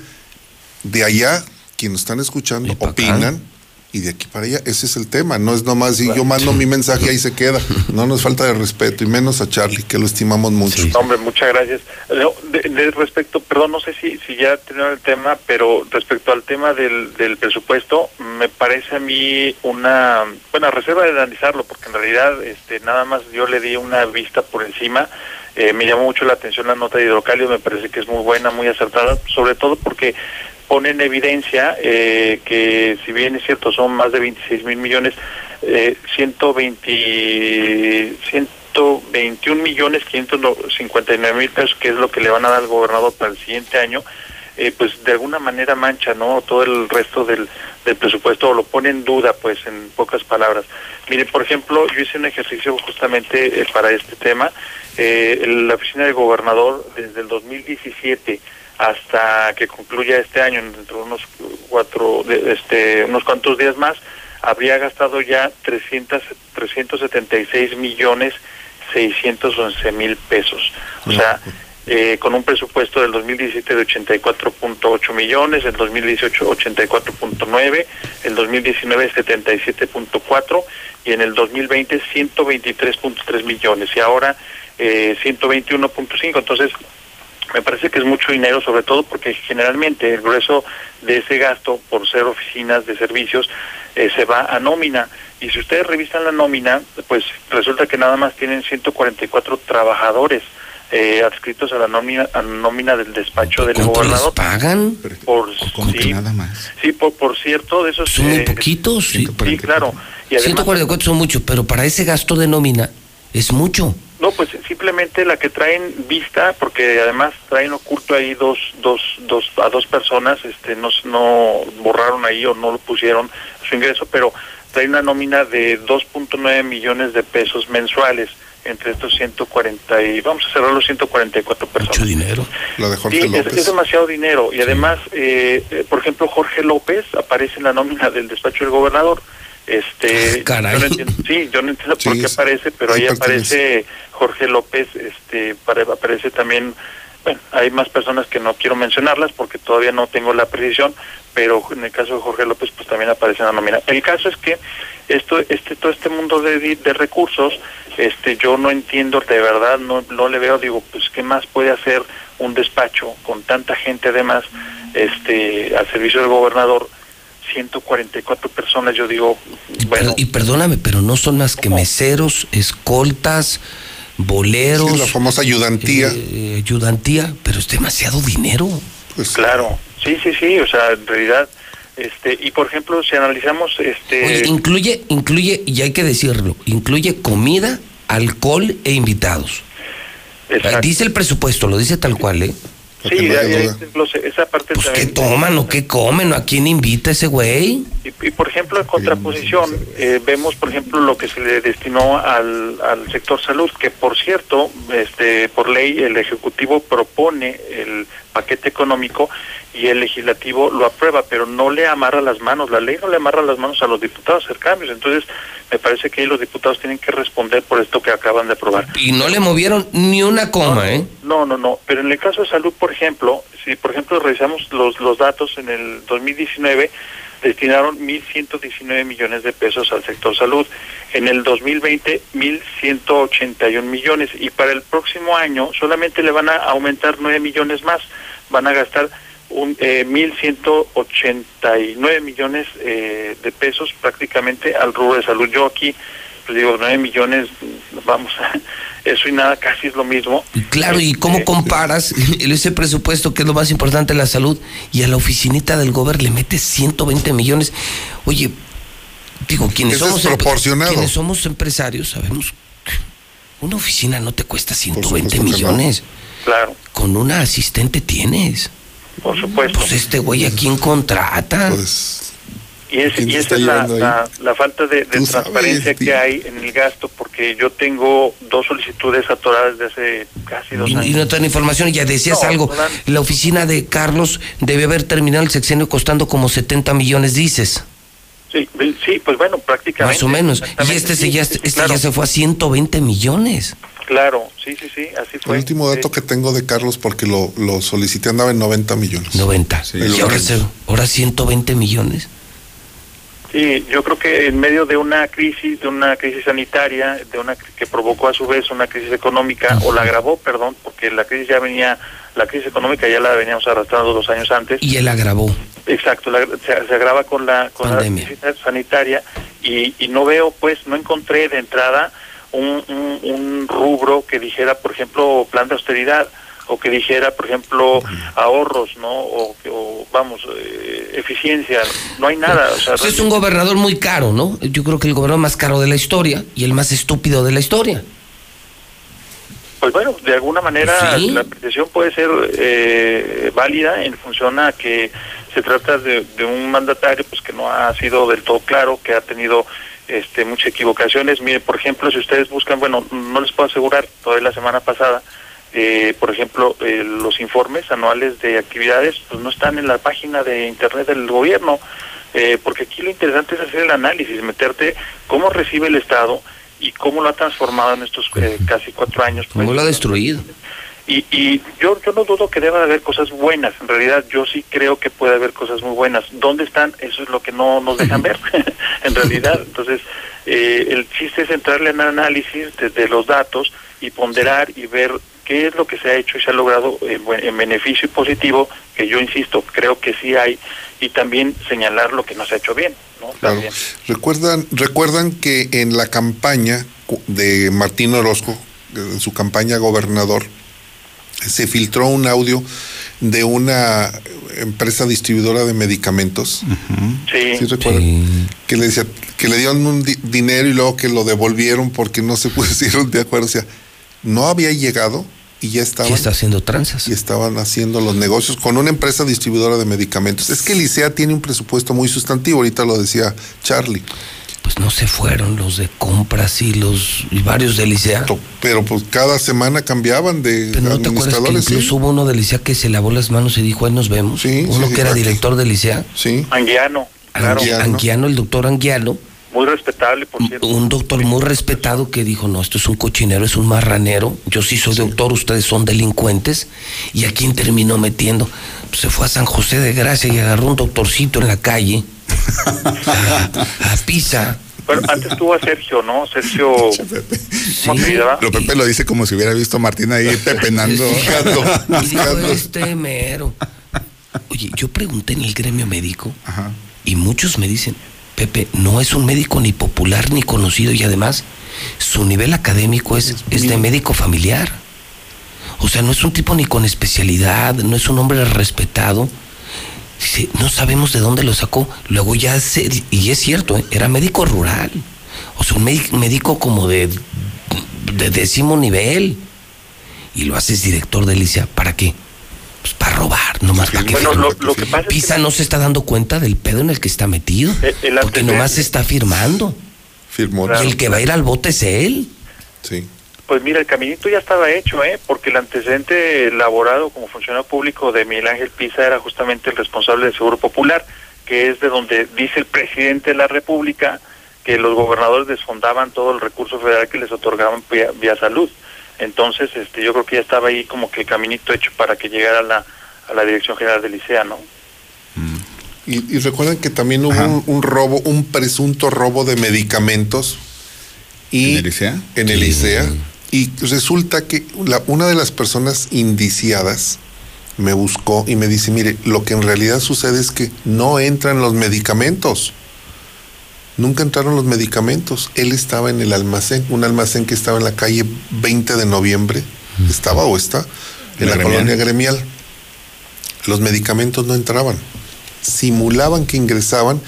De allá, quienes están escuchando
Y pa' acá.
opinan. Y de aquí para allá, ese es el tema. No es nomás si yo mando mi mensaje y ahí se queda. No nos falta de respeto, y menos a Charlie, que lo estimamos mucho.
Sí.
No, Hombre, muchas gracias. No, de, de respecto, perdón, no sé si, si ya terminaron el tema, pero respecto al tema del, del presupuesto, me parece a mí una buena reserva de analizarlo, porque en realidad este, nada más yo le di una vista por encima. Eh, me llamó mucho la atención la nota de hidrocalio, me parece que es muy buena, muy acertada, sobre todo porque pone en evidencia eh, que si bien es cierto son más de 26 mil millones, eh, 120, 121 millones 559 mil pesos, que es lo que le van a dar al gobernador para el siguiente año, eh, pues de alguna manera mancha no todo el resto del, del presupuesto o lo pone en duda, pues en pocas palabras. Mire, por ejemplo, yo hice un ejercicio justamente eh, para este tema, eh, la oficina del gobernador desde el 2017 hasta que concluya este año, dentro de unos cuatro, de- este, unos cuantos días más, habría gastado ya 300, 376 millones 611 mil pesos. O sea, eh, con un presupuesto del 2017 de 84.8 millones, el 2018 84.9, el 2019 77.4 y en el 2020 123.3 millones y ahora eh, 121.5. Entonces, me parece que es mucho dinero, sobre todo porque generalmente el grueso de ese gasto por ser oficinas de servicios eh, se va a nómina. Y si ustedes revisan la nómina, pues resulta que nada más tienen 144 trabajadores eh, adscritos a la nómina, a la nómina del despacho del
¿Cuánto les
gobernador.
pagan?
Pero-
Por,
como
sí,
que nada más.
sí, por, por cierto, de esos...
Son muy
eh,
poquitos. sí.
Sí, claro. Y además,
144 son muchos, pero para ese gasto de nómina es mucho.
No, pues simplemente la que traen vista, porque además traen oculto ahí dos, dos, dos, a dos personas, este, no, no borraron ahí o no lo pusieron su ingreso, pero traen una nómina de 2.9 millones de pesos mensuales entre estos 140 y vamos a cerrar los 144 personas.
Mucho dinero.
Lo de Jorge
Sí, es-
López.
Es, demasiado dinero. Y además, eh, eh, por ejemplo, Jorge López aparece en la nómina del despacho del gobernador. Este,
Caray.
Yo no entiendo, sí, yo no entiendo por
Ah, Sí,
qué
es-
aparece, pero
ahí
ahí
pertenece.
aparece Jorge López, este, para, aparece también, bueno, hay más personas que no quiero mencionarlas porque todavía no tengo la precisión, pero en el caso de Jorge López, pues también aparece en la nómina. El caso es que esto, este, todo este mundo de, di- de recursos, este, yo no entiendo, de verdad, no, no le veo, digo, pues qué más puede hacer un despacho con tanta gente además, este, al servicio del gobernador, 144 personas, yo digo,
Y per-
bueno.
y perdóname, pero no son más que meseros, escoltas, boleros.
Sí, la famosa ayudantía.
eh, ayudantía, pero es demasiado dinero.
pues,
Claro, sí, sí, sí, o sea, en realidad Este, y por ejemplo, si analizamos este
Oye, incluye, incluye, y hay que decirlo, incluye comida, alcohol e invitados.
exacto.
Dice el presupuesto, lo dice tal cual, ¿eh?
porque
Sí,
no haya
ahí- ahí
duda.
te- los- esa parte
Pues qué
también.
toman o qué comen o a quién invita ese güey.
Y, y, por ejemplo, en contraposición, eh, vemos, por ejemplo, lo que se le destinó al, al sector salud, que por cierto, este, por ley, el Ejecutivo propone el paquete económico y el Legislativo lo aprueba, pero no le amarra las manos, la ley no le amarra las manos a los diputados a hacer cambios. Entonces, me parece que ahí los diputados tienen que responder por esto que acaban de aprobar.
Y no le movieron ni una coma, ¿eh?
No, no, no. Pero en el caso de salud, por ejemplo, si por ejemplo revisamos los, los datos en el 2019, destinaron 1.119 millones de pesos al sector salud. En el 2020, 1.181 millones. Y para el próximo año solamente le van a aumentar 9 millones más. Van a gastar un, eh, 1.189 millones eh, de pesos prácticamente al rubro de salud. Yo aquí pues digo, 9 millones, vamos, eso y nada casi es lo mismo.
Y Claro, ¿y cómo
Este,
comparas ese presupuesto que es lo más importante, la salud, y a la oficinita del gobierno le metes 120 millones? Oye, digo, quienes
Eso es
somos, empre-
proporcionado.
quienes somos empresarios sabemos que una oficina no te cuesta 120
supuesto que no.
millones.
Claro,
Con una asistente tienes.
por supuesto.
Pues este güey a quién contrata.
Pues,
Y, es,
¿Quién
y
te
esa
está
es la,
llevando ahí?
la- la falta de, de
Tú sabes,
transparencia que
tío.
hay en el gasto, porque yo tengo dos solicitudes atoradas de hace casi dos
Y,
años.
y no te dan información, ya decías
No,
algo.
no dan.
La oficina de Carlos debe haber terminado el sexenio costando como 70 millones, dices.
Sí, bil- sí, pues bueno, prácticamente.
Más o menos. Y
exactamente.
este, se
Sí,
ya,
sí, sí,
este
claro,
ya se fue a 120 millones.
Claro, sí, sí, sí, así
el
fue.
último dato
Eh,
que tengo de Carlos, porque lo, lo solicité, andaba en 90 millones.
90.
Sí,
y ahora,
lo
se- ahora 120 millones.
Sí, yo creo que en medio de una crisis, de una crisis sanitaria, de una cri- que provocó a su vez una crisis económica o la agravó, perdón, porque la crisis ya venía, la crisis económica ya la veníamos arrastrando dos años antes.
Y él agravó.
Exacto, la- se, se agrava con la con la
Pandemia.
crisis sanitaria y, y no veo, pues, no encontré de entrada un, un- un rubro que dijera, por ejemplo, plan de austeridad o que dijera, por ejemplo, ahorros, ¿no? O, o, vamos, eh, eficiencia. No hay nada. o sea,
Pues es un gobernador muy caro, ¿no? Yo creo que el gobernador más caro de la historia y el más estúpido de la historia.
Pues bueno, de alguna manera
Sí.
la apreciación puede ser eh, válida en función a que se trata de, de un mandatario pues que no ha sido del todo claro, que ha tenido este muchas equivocaciones. Mire, por ejemplo, si ustedes buscan, bueno, no les puedo asegurar, todavía la semana pasada, eh, por ejemplo, eh, los informes anuales de actividades pues no están en la página de internet del gobierno, eh, porque aquí lo interesante es hacer el análisis, meterte cómo recibe el Estado y cómo lo ha transformado en estos eh, casi cuatro años. pues.
¿Cómo lo ha destruido?
Y, y yo, yo no dudo que deba de haber cosas buenas. En realidad, yo sí creo que puede haber cosas muy buenas. ¿Dónde están? Eso es lo que no nos dejan ver, en realidad. Entonces, eh, el chiste es entrarle en análisis desde los datos y ponderar y ver qué es lo que se ha hecho y se ha logrado en, buen- en beneficio y positivo, que yo insisto, creo que sí hay, y también señalar lo que no se ha hecho bien. ¿no?
Claro.
También.
Recuerdan, recuerdan que en la campaña cu- de Martín Orozco, en su campaña a gobernador, se filtró un audio de una empresa distribuidora de medicamentos.
Sí,
¿Sí recuerdan? Que le decía, que le dieron un di- dinero y luego que lo devolvieron porque no se pusieron de acuerdo. O sea, no había llegado y ya estaban,
Sí está haciendo tranzas.
y estaban haciendo los negocios con una empresa distribuidora de medicamentos. Es que Licea tiene un presupuesto muy sustantivo, ahorita lo decía Charlie.
Pues no se fueron los de compras y los y varios de Licea.
To- Pero pues cada semana cambiaban de
Pero no te acuerdas que
administradores.
incluso
sí.
hubo uno de Licea que se lavó las manos y dijo, ahí nos vemos.
Sí,
uno
sí,
que era
exacto.
director de Licea,
Sí.
Anguiano, claro,
Anguiano.
Anguiano.
el doctor Anguiano,
muy respetable, por cierto.
un doctor muy respetado que dijo, no, esto es un cochinero, es un marranero, yo sí soy doctor, ustedes son delincuentes. ¿Y a quién terminó metiendo? Pues se fue a San José de Gracia y agarró un doctorcito en la calle, a, a Pisa.
Bueno, antes tuvo a Sergio, ¿no? Sergio, ¿cómo se apellidaba?
Lo Pepe lo dice como si hubiera visto a Martín ahí pepenando.
Y dijo, este mero. Oye, yo pregunté en el gremio médico
Ajá.
y muchos me dicen, Pepe, no es un médico ni popular ni conocido y además su nivel académico es, es de médico familiar. O sea, no es un tipo ni con especialidad, no es un hombre respetado. Dice, no sabemos de dónde lo sacó. Luego ya se, y es cierto, ¿eh? era médico rural. O sea, un médic- médico como de, de décimo nivel. Y lo haces director de Licia. ¿Para qué? Pues para robar, nomás para que
Bueno,
firme.
lo, lo que pasa es que-
Pisa no se está dando cuenta del pedo en el que está metido.
Eh, el
porque
antecedente.
nomás se está firmando.
Firmó.
Claro.
Y el que va a ir al bote es él.
Sí.
Pues mira, el caminito ya estaba hecho, ¿eh? porque el antecedente elaborado como funcionario público de Miguel Ángel Pisa era justamente el responsable del Seguro Popular, que es de donde dice el presidente de la República que los gobernadores desfondaban todo el recurso federal que les otorgaban vía, vía salud. Entonces, este, yo creo que ya estaba ahí como que el caminito hecho para que llegara a la, a la Dirección General del ICEA, ¿no?
Y, y recuerden que también hubo
Ajá.
un, un robo, un presunto robo de medicamentos. Y
¿En el ICEA?
En el
E Sí.
ICEA. Y resulta que la- una de las personas indiciadas me buscó y me dice, mire, lo que en realidad sucede es que no entran los medicamentos. Nunca entraron los medicamentos. Él estaba en el almacén, un almacén que estaba en la calle 20 de noviembre, estaba o está, en
La
la,
Gremial.
colonia gremial. Los medicamentos no entraban. Simulaban que ingresaban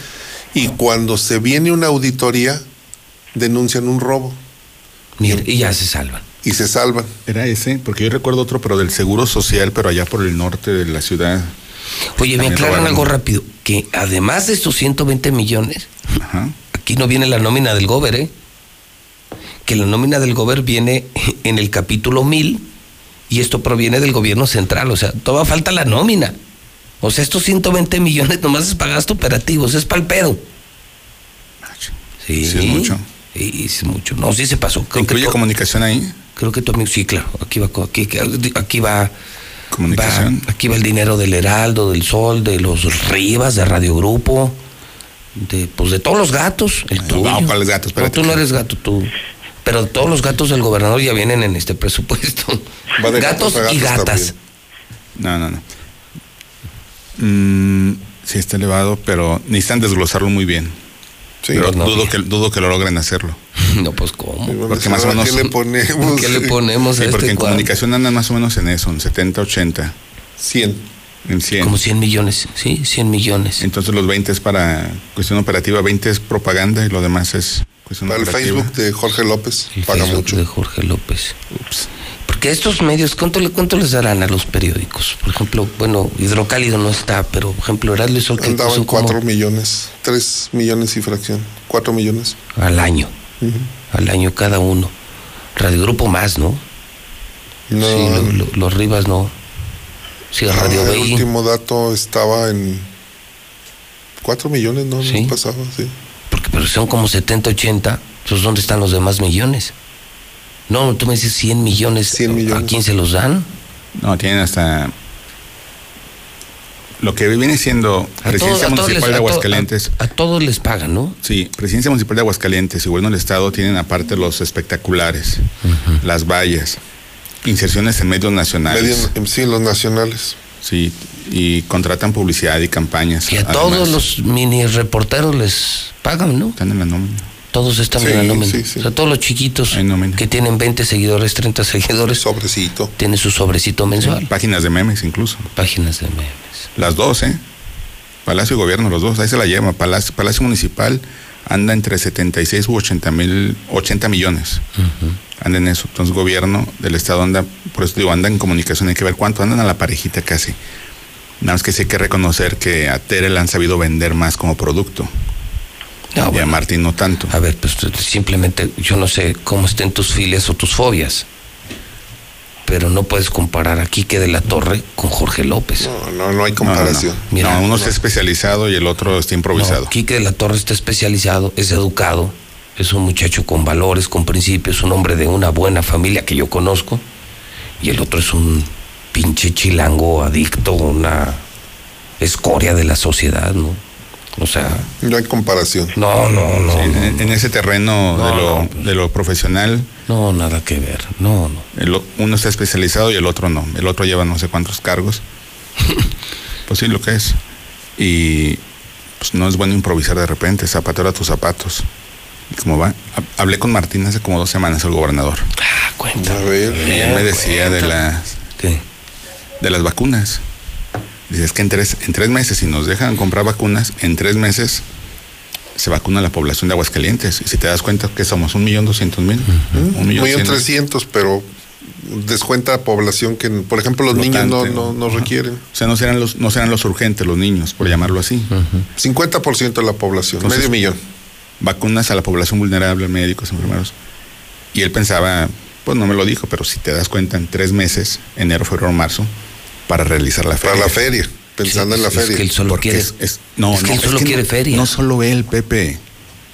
y cuando se viene una auditoría, denuncian un robo
Mira, y ya se salvan.
y se salvan.
Era ese, porque yo recuerdo otro, pero del Seguro Social, pero allá por el norte de la ciudad.
Oye, me
También
aclaran
robaron.
algo rápido. Que además de estos 120 millones,
Ajá.
aquí no viene la nómina del Gober, ¿eh? Que la nómina del Gober viene en el capítulo 1000 y esto proviene del gobierno central. O sea, todavía falta la nómina. O sea, estos 120 millones nomás es para gastos operativos, es para el pedo.
Sí, es mucho.
Sí, es mucho. No, sí se pasó. Creo que,
¿Incluye
tu,
comunicación ahí?
creo que tu amigo, sí, claro. Aquí va, co- aquí, aquí va, va,
Comunicación.
aquí va el dinero del Heraldo, del Sol, de los Rivas, de Radio Grupo, de, pues de todos los gatos. El
No,
tuyo.
vamos para los gatos,
No,
espérate.
tú no eres gato, tú. Pero todos los gatos del gobernador ya vienen en este presupuesto.
Va de
gatos,
gatos a
y
gatos
gatas.
No, no, no. Mm, sí, está elevado, pero necesitan desglosarlo muy bien.
Sí.
pero
no.
dudo, que, dudo que lo logren hacerlo.
No, pues cómo.
Y bueno,
Porque más o
¿a
menos-
¿Qué le ponemos?
¿Qué le ponemos
Sí,
a este
porque en
cuadro?
comunicación andan más o menos en eso, en 70, 80,
100.
en 100.
Como 100 millones, ¿sí? 100 millones.
Entonces los 20 es para cuestión operativa, 20 es propaganda y lo demás es cuestión
Para el
operativa.
Facebook de Jorge López.
El
paga
Facebook
mucho.
de Jorge López.
Ups.
Porque estos medios, ¿cuánto, le- ¿cuánto les darán a los periódicos? Por ejemplo, bueno, Hidrocálido no está, pero por ejemplo, Heraldo y Sol que
Andaban
puso como
4 millones, 3 millones y fracción. 4 millones.
al año,
Ujú.
al año cada uno. Radio Grupo más, ¿no?
No,
Sí, lo- lo- los Rivas no. Sí, Radio
ah, el
Bey.
último dato estaba en 4 millones, ¿no?
Sí.
No pasaba, sí.
Porque pero son como 70, 80. Entonces, ¿dónde están los demás millones? No, tú me dices 100 millones.
100
¿A
millones.
quién se los dan?
No, tienen hasta lo que viene siendo
A todos-
Presidencia
a todos les-
Municipal de
a to-
Aguascalientes.
a- a todos les pagan, ¿no?
Sí, Presidencia Municipal de Aguascalientes y Gobierno del Estado tienen aparte los espectaculares, las vallas, inserciones en medios nacionales.
Medios- em, sí, los nacionales.
Sí, y contratan publicidad y campañas.
Y a
además.
todos los mini reporteros les pagan, ¿no?
Están en la nómina.
Todos están
Sí,
en la nómina.
sí, sí.
O sea, todos los chiquitos
Hay nómina.
que tienen 20 seguidores, 30 seguidores,
Sobrecito.
tienen su sobrecito mensual.
Páginas de memes incluso.
Páginas de memes.
Las dos, ¿eh? Palacio y Gobierno, los dos, ahí se la lleva. Palacio, Palacio Municipal anda entre 76 u 80 mil, 80 millones. Anda en eso. Entonces, Gobierno del Estado anda, por eso digo, anda en comunicación, hay que ver cuánto, andan a la parejita casi. Nada más que sí hay que reconocer que a Tere la han sabido vender más como producto
No,
y a
Ah, bueno,
Martín no tanto.
a ver, pues simplemente yo no sé cómo estén tus filias o tus fobias, pero no puedes comparar a Quique de la Torre con Jorge López.
No, no, no hay
No, no, no.
comparación.
Mira,
No, uno
no.
está especializado y el otro está improvisado.
No, Quique de la Torre está especializado, es educado, es un muchacho con valores, con principios, un hombre de una buena familia que yo conozco. Y el otro es un pinche chilango adicto, una escoria de la sociedad, ¿no? O sea,
No hay comparación.
no, no, no.
Sí,
no,
en, en ese terreno
No,
de, lo,
no, pues.
de lo profesional,
no, nada que ver, no, no.
el o- uno está especializado y el otro no. El otro lleva no sé cuántos cargos. pues sí, lo que es. Y pues no es bueno improvisar de repente, zapatero a tus zapatos. ¿Y cómo va? Ha- Hablé con Martín hace como dos semanas, el gobernador.
Ah, cuenta.
A ver.
Y él me decía de las,
¿Qué?
de las vacunas. Dices que en tres, en tres meses, si nos dejan comprar vacunas, en tres meses se vacuna la población de Aguascalientes. Y si te das cuenta que somos un millón doscientos mil, un millón
millón
cien.
trescientos, pero descuenta a población que, por ejemplo, los niños no,
Votante,
no, no
ajá.
requieren.
O sea, no serán los, no serán los urgentes, los niños, por llamarlo así.
50% de la población, medio
Entonces,
millón.
Vacunas a la población vulnerable, médicos, enfermeros. Y él pensaba, pues no me lo dijo, pero si te das cuenta, en tres meses, enero, febrero, marzo, para realizar la feria.
Para la feria, pensando
Sí,
en la
es
feria.
que el solo
Porque
quiere.
es- es- no,
es que
no,
él
es
solo
que no-
quiere feria.
No solo él, Pepe.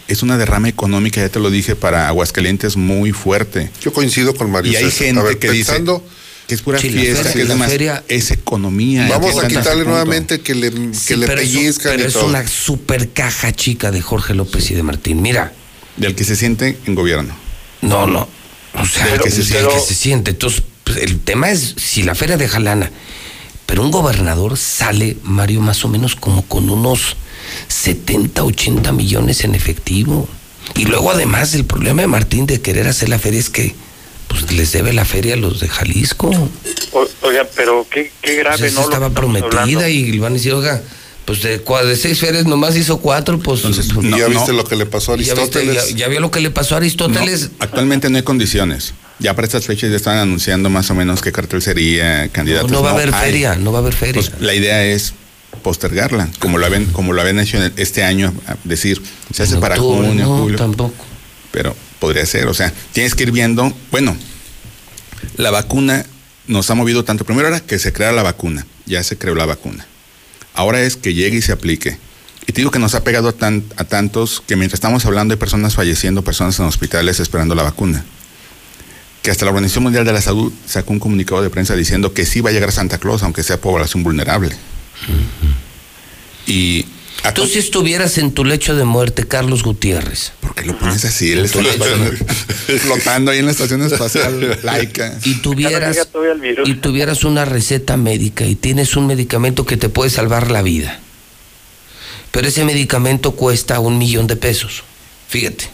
Es una derrama económica, ya te lo dije, para Aguascalientes muy fuerte.
Yo coincido con Mario.
Y hay
César. A
gente
ver,
que dice
pensando,
que es pura
Sí, la
fiesta,
feria,
que es
la
demás.
feria-
Es economía.
vamos
entiendan
a
ese
quitarle
punto.
nuevamente que le, que
Sí,
le
pero es un-
pellizcan
pero
y
es
todo.
una super caja chica de Jorge López y de Martín. Mira,
Del que se siente en gobierno.
no, no. O sea,
Pero-
que, se, siente,
pero-
que se siente. Entonces, pues, el tema es si la feria de Jalana. Pero un gobernador sale, Mario, más o menos como con unos 70, 80 millones en efectivo. Y luego, además, el problema de Martín de querer hacer la feria es que pues, les debe la feria a los de Jalisco.
O- oigan, pero qué, qué
Pues
grave,
esa
¿no? Lo
estaba
que estamos
prometida
hablando.
y van a decir, oiga, pues de, cua- de seis ferias nomás hizo cuatro, pues.
Entonces,
pues,
Y
No,
ya viste
no.
lo que le pasó a
ya, viste,
Aristóteles.
ya- ya vio lo que le pasó a Aristóteles.
No, actualmente no hay condiciones. Ya para estas fechas ya están anunciando más o menos qué cartel sería,
No,
candidatos.
va a haber
hay.
feria, no va a haber feria.
Pues, la idea es postergarla, como lo habían, como lo habían hecho en el- este año, a decir, se hace
En
para
octubre,
junio,
no,
julio.
tampoco.
pero podría ser. O sea, tienes que ir viendo, bueno, la vacuna nos ha movido tanto. Primero era que se creara la vacuna, ya se creó la vacuna. Ahora es que llegue y se aplique. Y te digo que nos ha pegado a, tan- a tantos que mientras estamos hablando hay personas falleciendo, personas en hospitales esperando la vacuna. Que hasta la Organización Mundial de la Salud sacó un comunicado de prensa diciendo que sí va a llegar Santa Claus, aunque sea población vulnerable. Y.
Tú si estuvieras en tu lecho de muerte, Carlos Gutiérrez,
¿Por qué lo pones así? Él está en la estación- flotando ahí en la estación espacial laica.
y
Ya no
tuvieras,
llega todavía el virus.
y tuvieras una receta médica y tienes un medicamento que te puede salvar la vida, pero ese medicamento cuesta un millón de pesos, fíjate,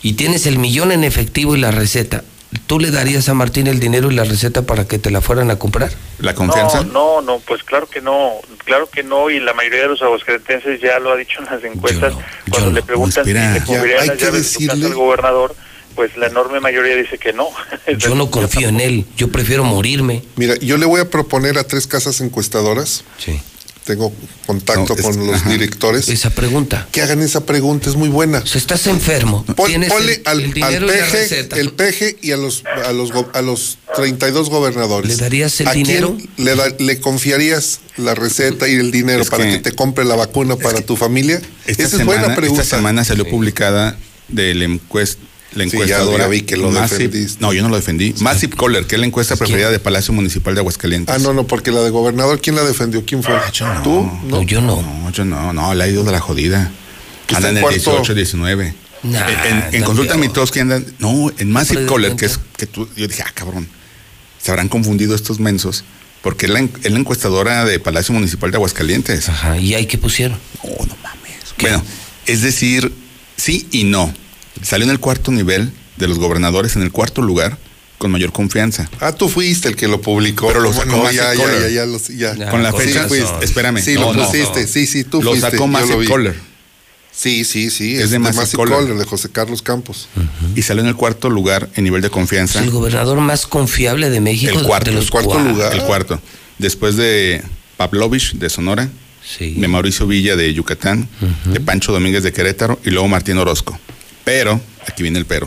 y tienes el millón en efectivo y la receta, ¿tú le darías a Martín el dinero y la receta para que te la fueran a comprar?
¿La confianza?
No, no, no, pues claro que no, claro que no, y la mayoría de los aguascalentenses ya lo ha dicho en las encuestas,
Yo no, yo
cuando
no,
le preguntan si
espera.
le
Ya,
cubrirían
hay
las
que
llaves de su casa
decirle-
al gobernador, pues la enorme mayoría dice que no.
Yo no confío en él, yo prefiero morirme.
Mira, yo le voy a proponer a tres casas encuestadoras,
Sí.
tengo contacto
No, es-
con los
ajá.
directores,
Esa pregunta.
que hagan esa pregunta, es muy buena.
O sea, estás enfermo.
Pon-
tienes
ponle
el,
al,
el
al
dinero y la
peje,
receta.
el peje y a los a los go- a los 32 gobernadores.
¿Le darías el
¿A quién
dinero?
le, da- le confiarías la receta y el dinero
Es
para que,
que-
te compre la vacuna para tu familia? Esa
Esta,
es
semana,
buena pregunta.
esta semana salió publicada de la, encuest- la
Sí, ya- ya
encuestadora.
vi que lo
Massive-
defendiste.
No, yo no lo defendí. Massive Caller, que es la encuesta preferida de Palacio Municipal de Aguascalientes.
Ah, no, no, porque la de gobernador, ¿quién la defendió? ¿Quién fue? ¿Tú?
No,
No.
Ah, yo no.
No, yo no, no, la ha ido de la jodida.
Que está en
Andan en el
cuarto.
18, 19.
Nah,
En- en en
está
consulta
peor.
mitos que andan. No, en Massive
Hombre de
Caller, que es
cuenta.
que tú. Yo dije, ah, cabrón. Se habrán confundido estos mensos. Porque es la, en- es la encuestadora de Palacio Municipal de Aguascalientes.
Ajá, y ahí que pusieron.
Oh, no mames. Bueno, es decir, sí y no. Salió en el cuarto nivel de los gobernadores, en el cuarto lugar, con mayor confianza.
Ah, tú fuiste el que lo publicó.
Pero lo
¿Cómo
sacó
no?
Massive
ya, ya,
Caller.
ya, ya, los- ya.
Ya,
con la
Ah, con
fecha,
razón.
pues, espérame.
Sí,
No,
lo
no,
pusiste.
no.
Sí, sí, tú
lo
fuiste.
sacó
yo lo
Massive
vi.
Caller
Sí, sí, sí.
Es
Es,
de
de
Massive
Massive
Caller.
Caller, de José Carlos Campos.
y salió en el cuarto lugar en nivel de
Es
confianza.
el gobernador más confiable de México.
El cuarto,
de los
el cuarto
cuatro.
lugar.
El cuarto. Después de Pavlovich de Sonora,
Sí.
de Mauricio Villa de Yucatán, de Pancho Domínguez de Querétaro y luego Martín Orozco. Pero, aquí viene el pero.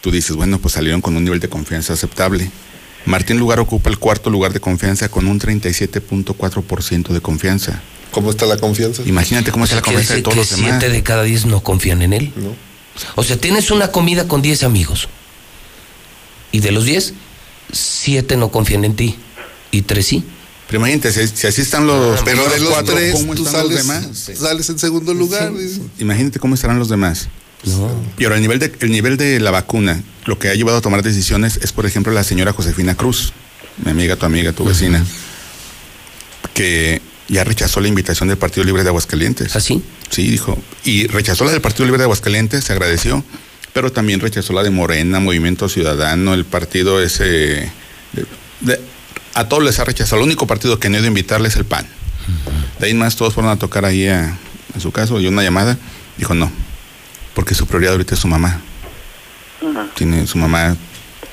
Tú dices, bueno, pues salieron con un nivel de confianza aceptable. Martín Lugar ocupa el cuarto lugar de confianza con un 37.4% de confianza.
¿Cómo está la confianza?
Imagínate
O
cómo es
sea,
la
quiere
confianza de
decir
todos
que
los demás.
siete de cada diez no confían en él.
¿No?
O sea, tienes una comida con diez amigos. Y de los diez, siete no confían en ti. Y tres sí.
Pero imagínate, si, si así están los,
Pero de los
cuatro,
tres,
¿cómo
tú
están los
sales,
demás?
sales en segundo lugar. dices.
Imagínate cómo estarán los demás.
No.
Y ahora, el nivel, de, el nivel de la vacuna, lo que ha llevado a tomar decisiones es, por ejemplo, la señora Josefina Cruz, mi amiga, tu amiga, tu vecina, que ya rechazó la invitación del Partido Libre de Aguascalientes.
¿Así?
Sí, dijo. Y rechazó la del Partido Libre de Aguascalientes, se agradeció, pero también rechazó la de Morena, Movimiento Ciudadano, el partido ese... de- de- A todos les ha rechazado. El único partido que no ha ido a invitarles es el PAN. De ahí en más todos fueron a tocar ahí a, a su caso y una llamada. Dijo no, porque su prioridad ahorita es su mamá.
Ah,
Tiene su mamá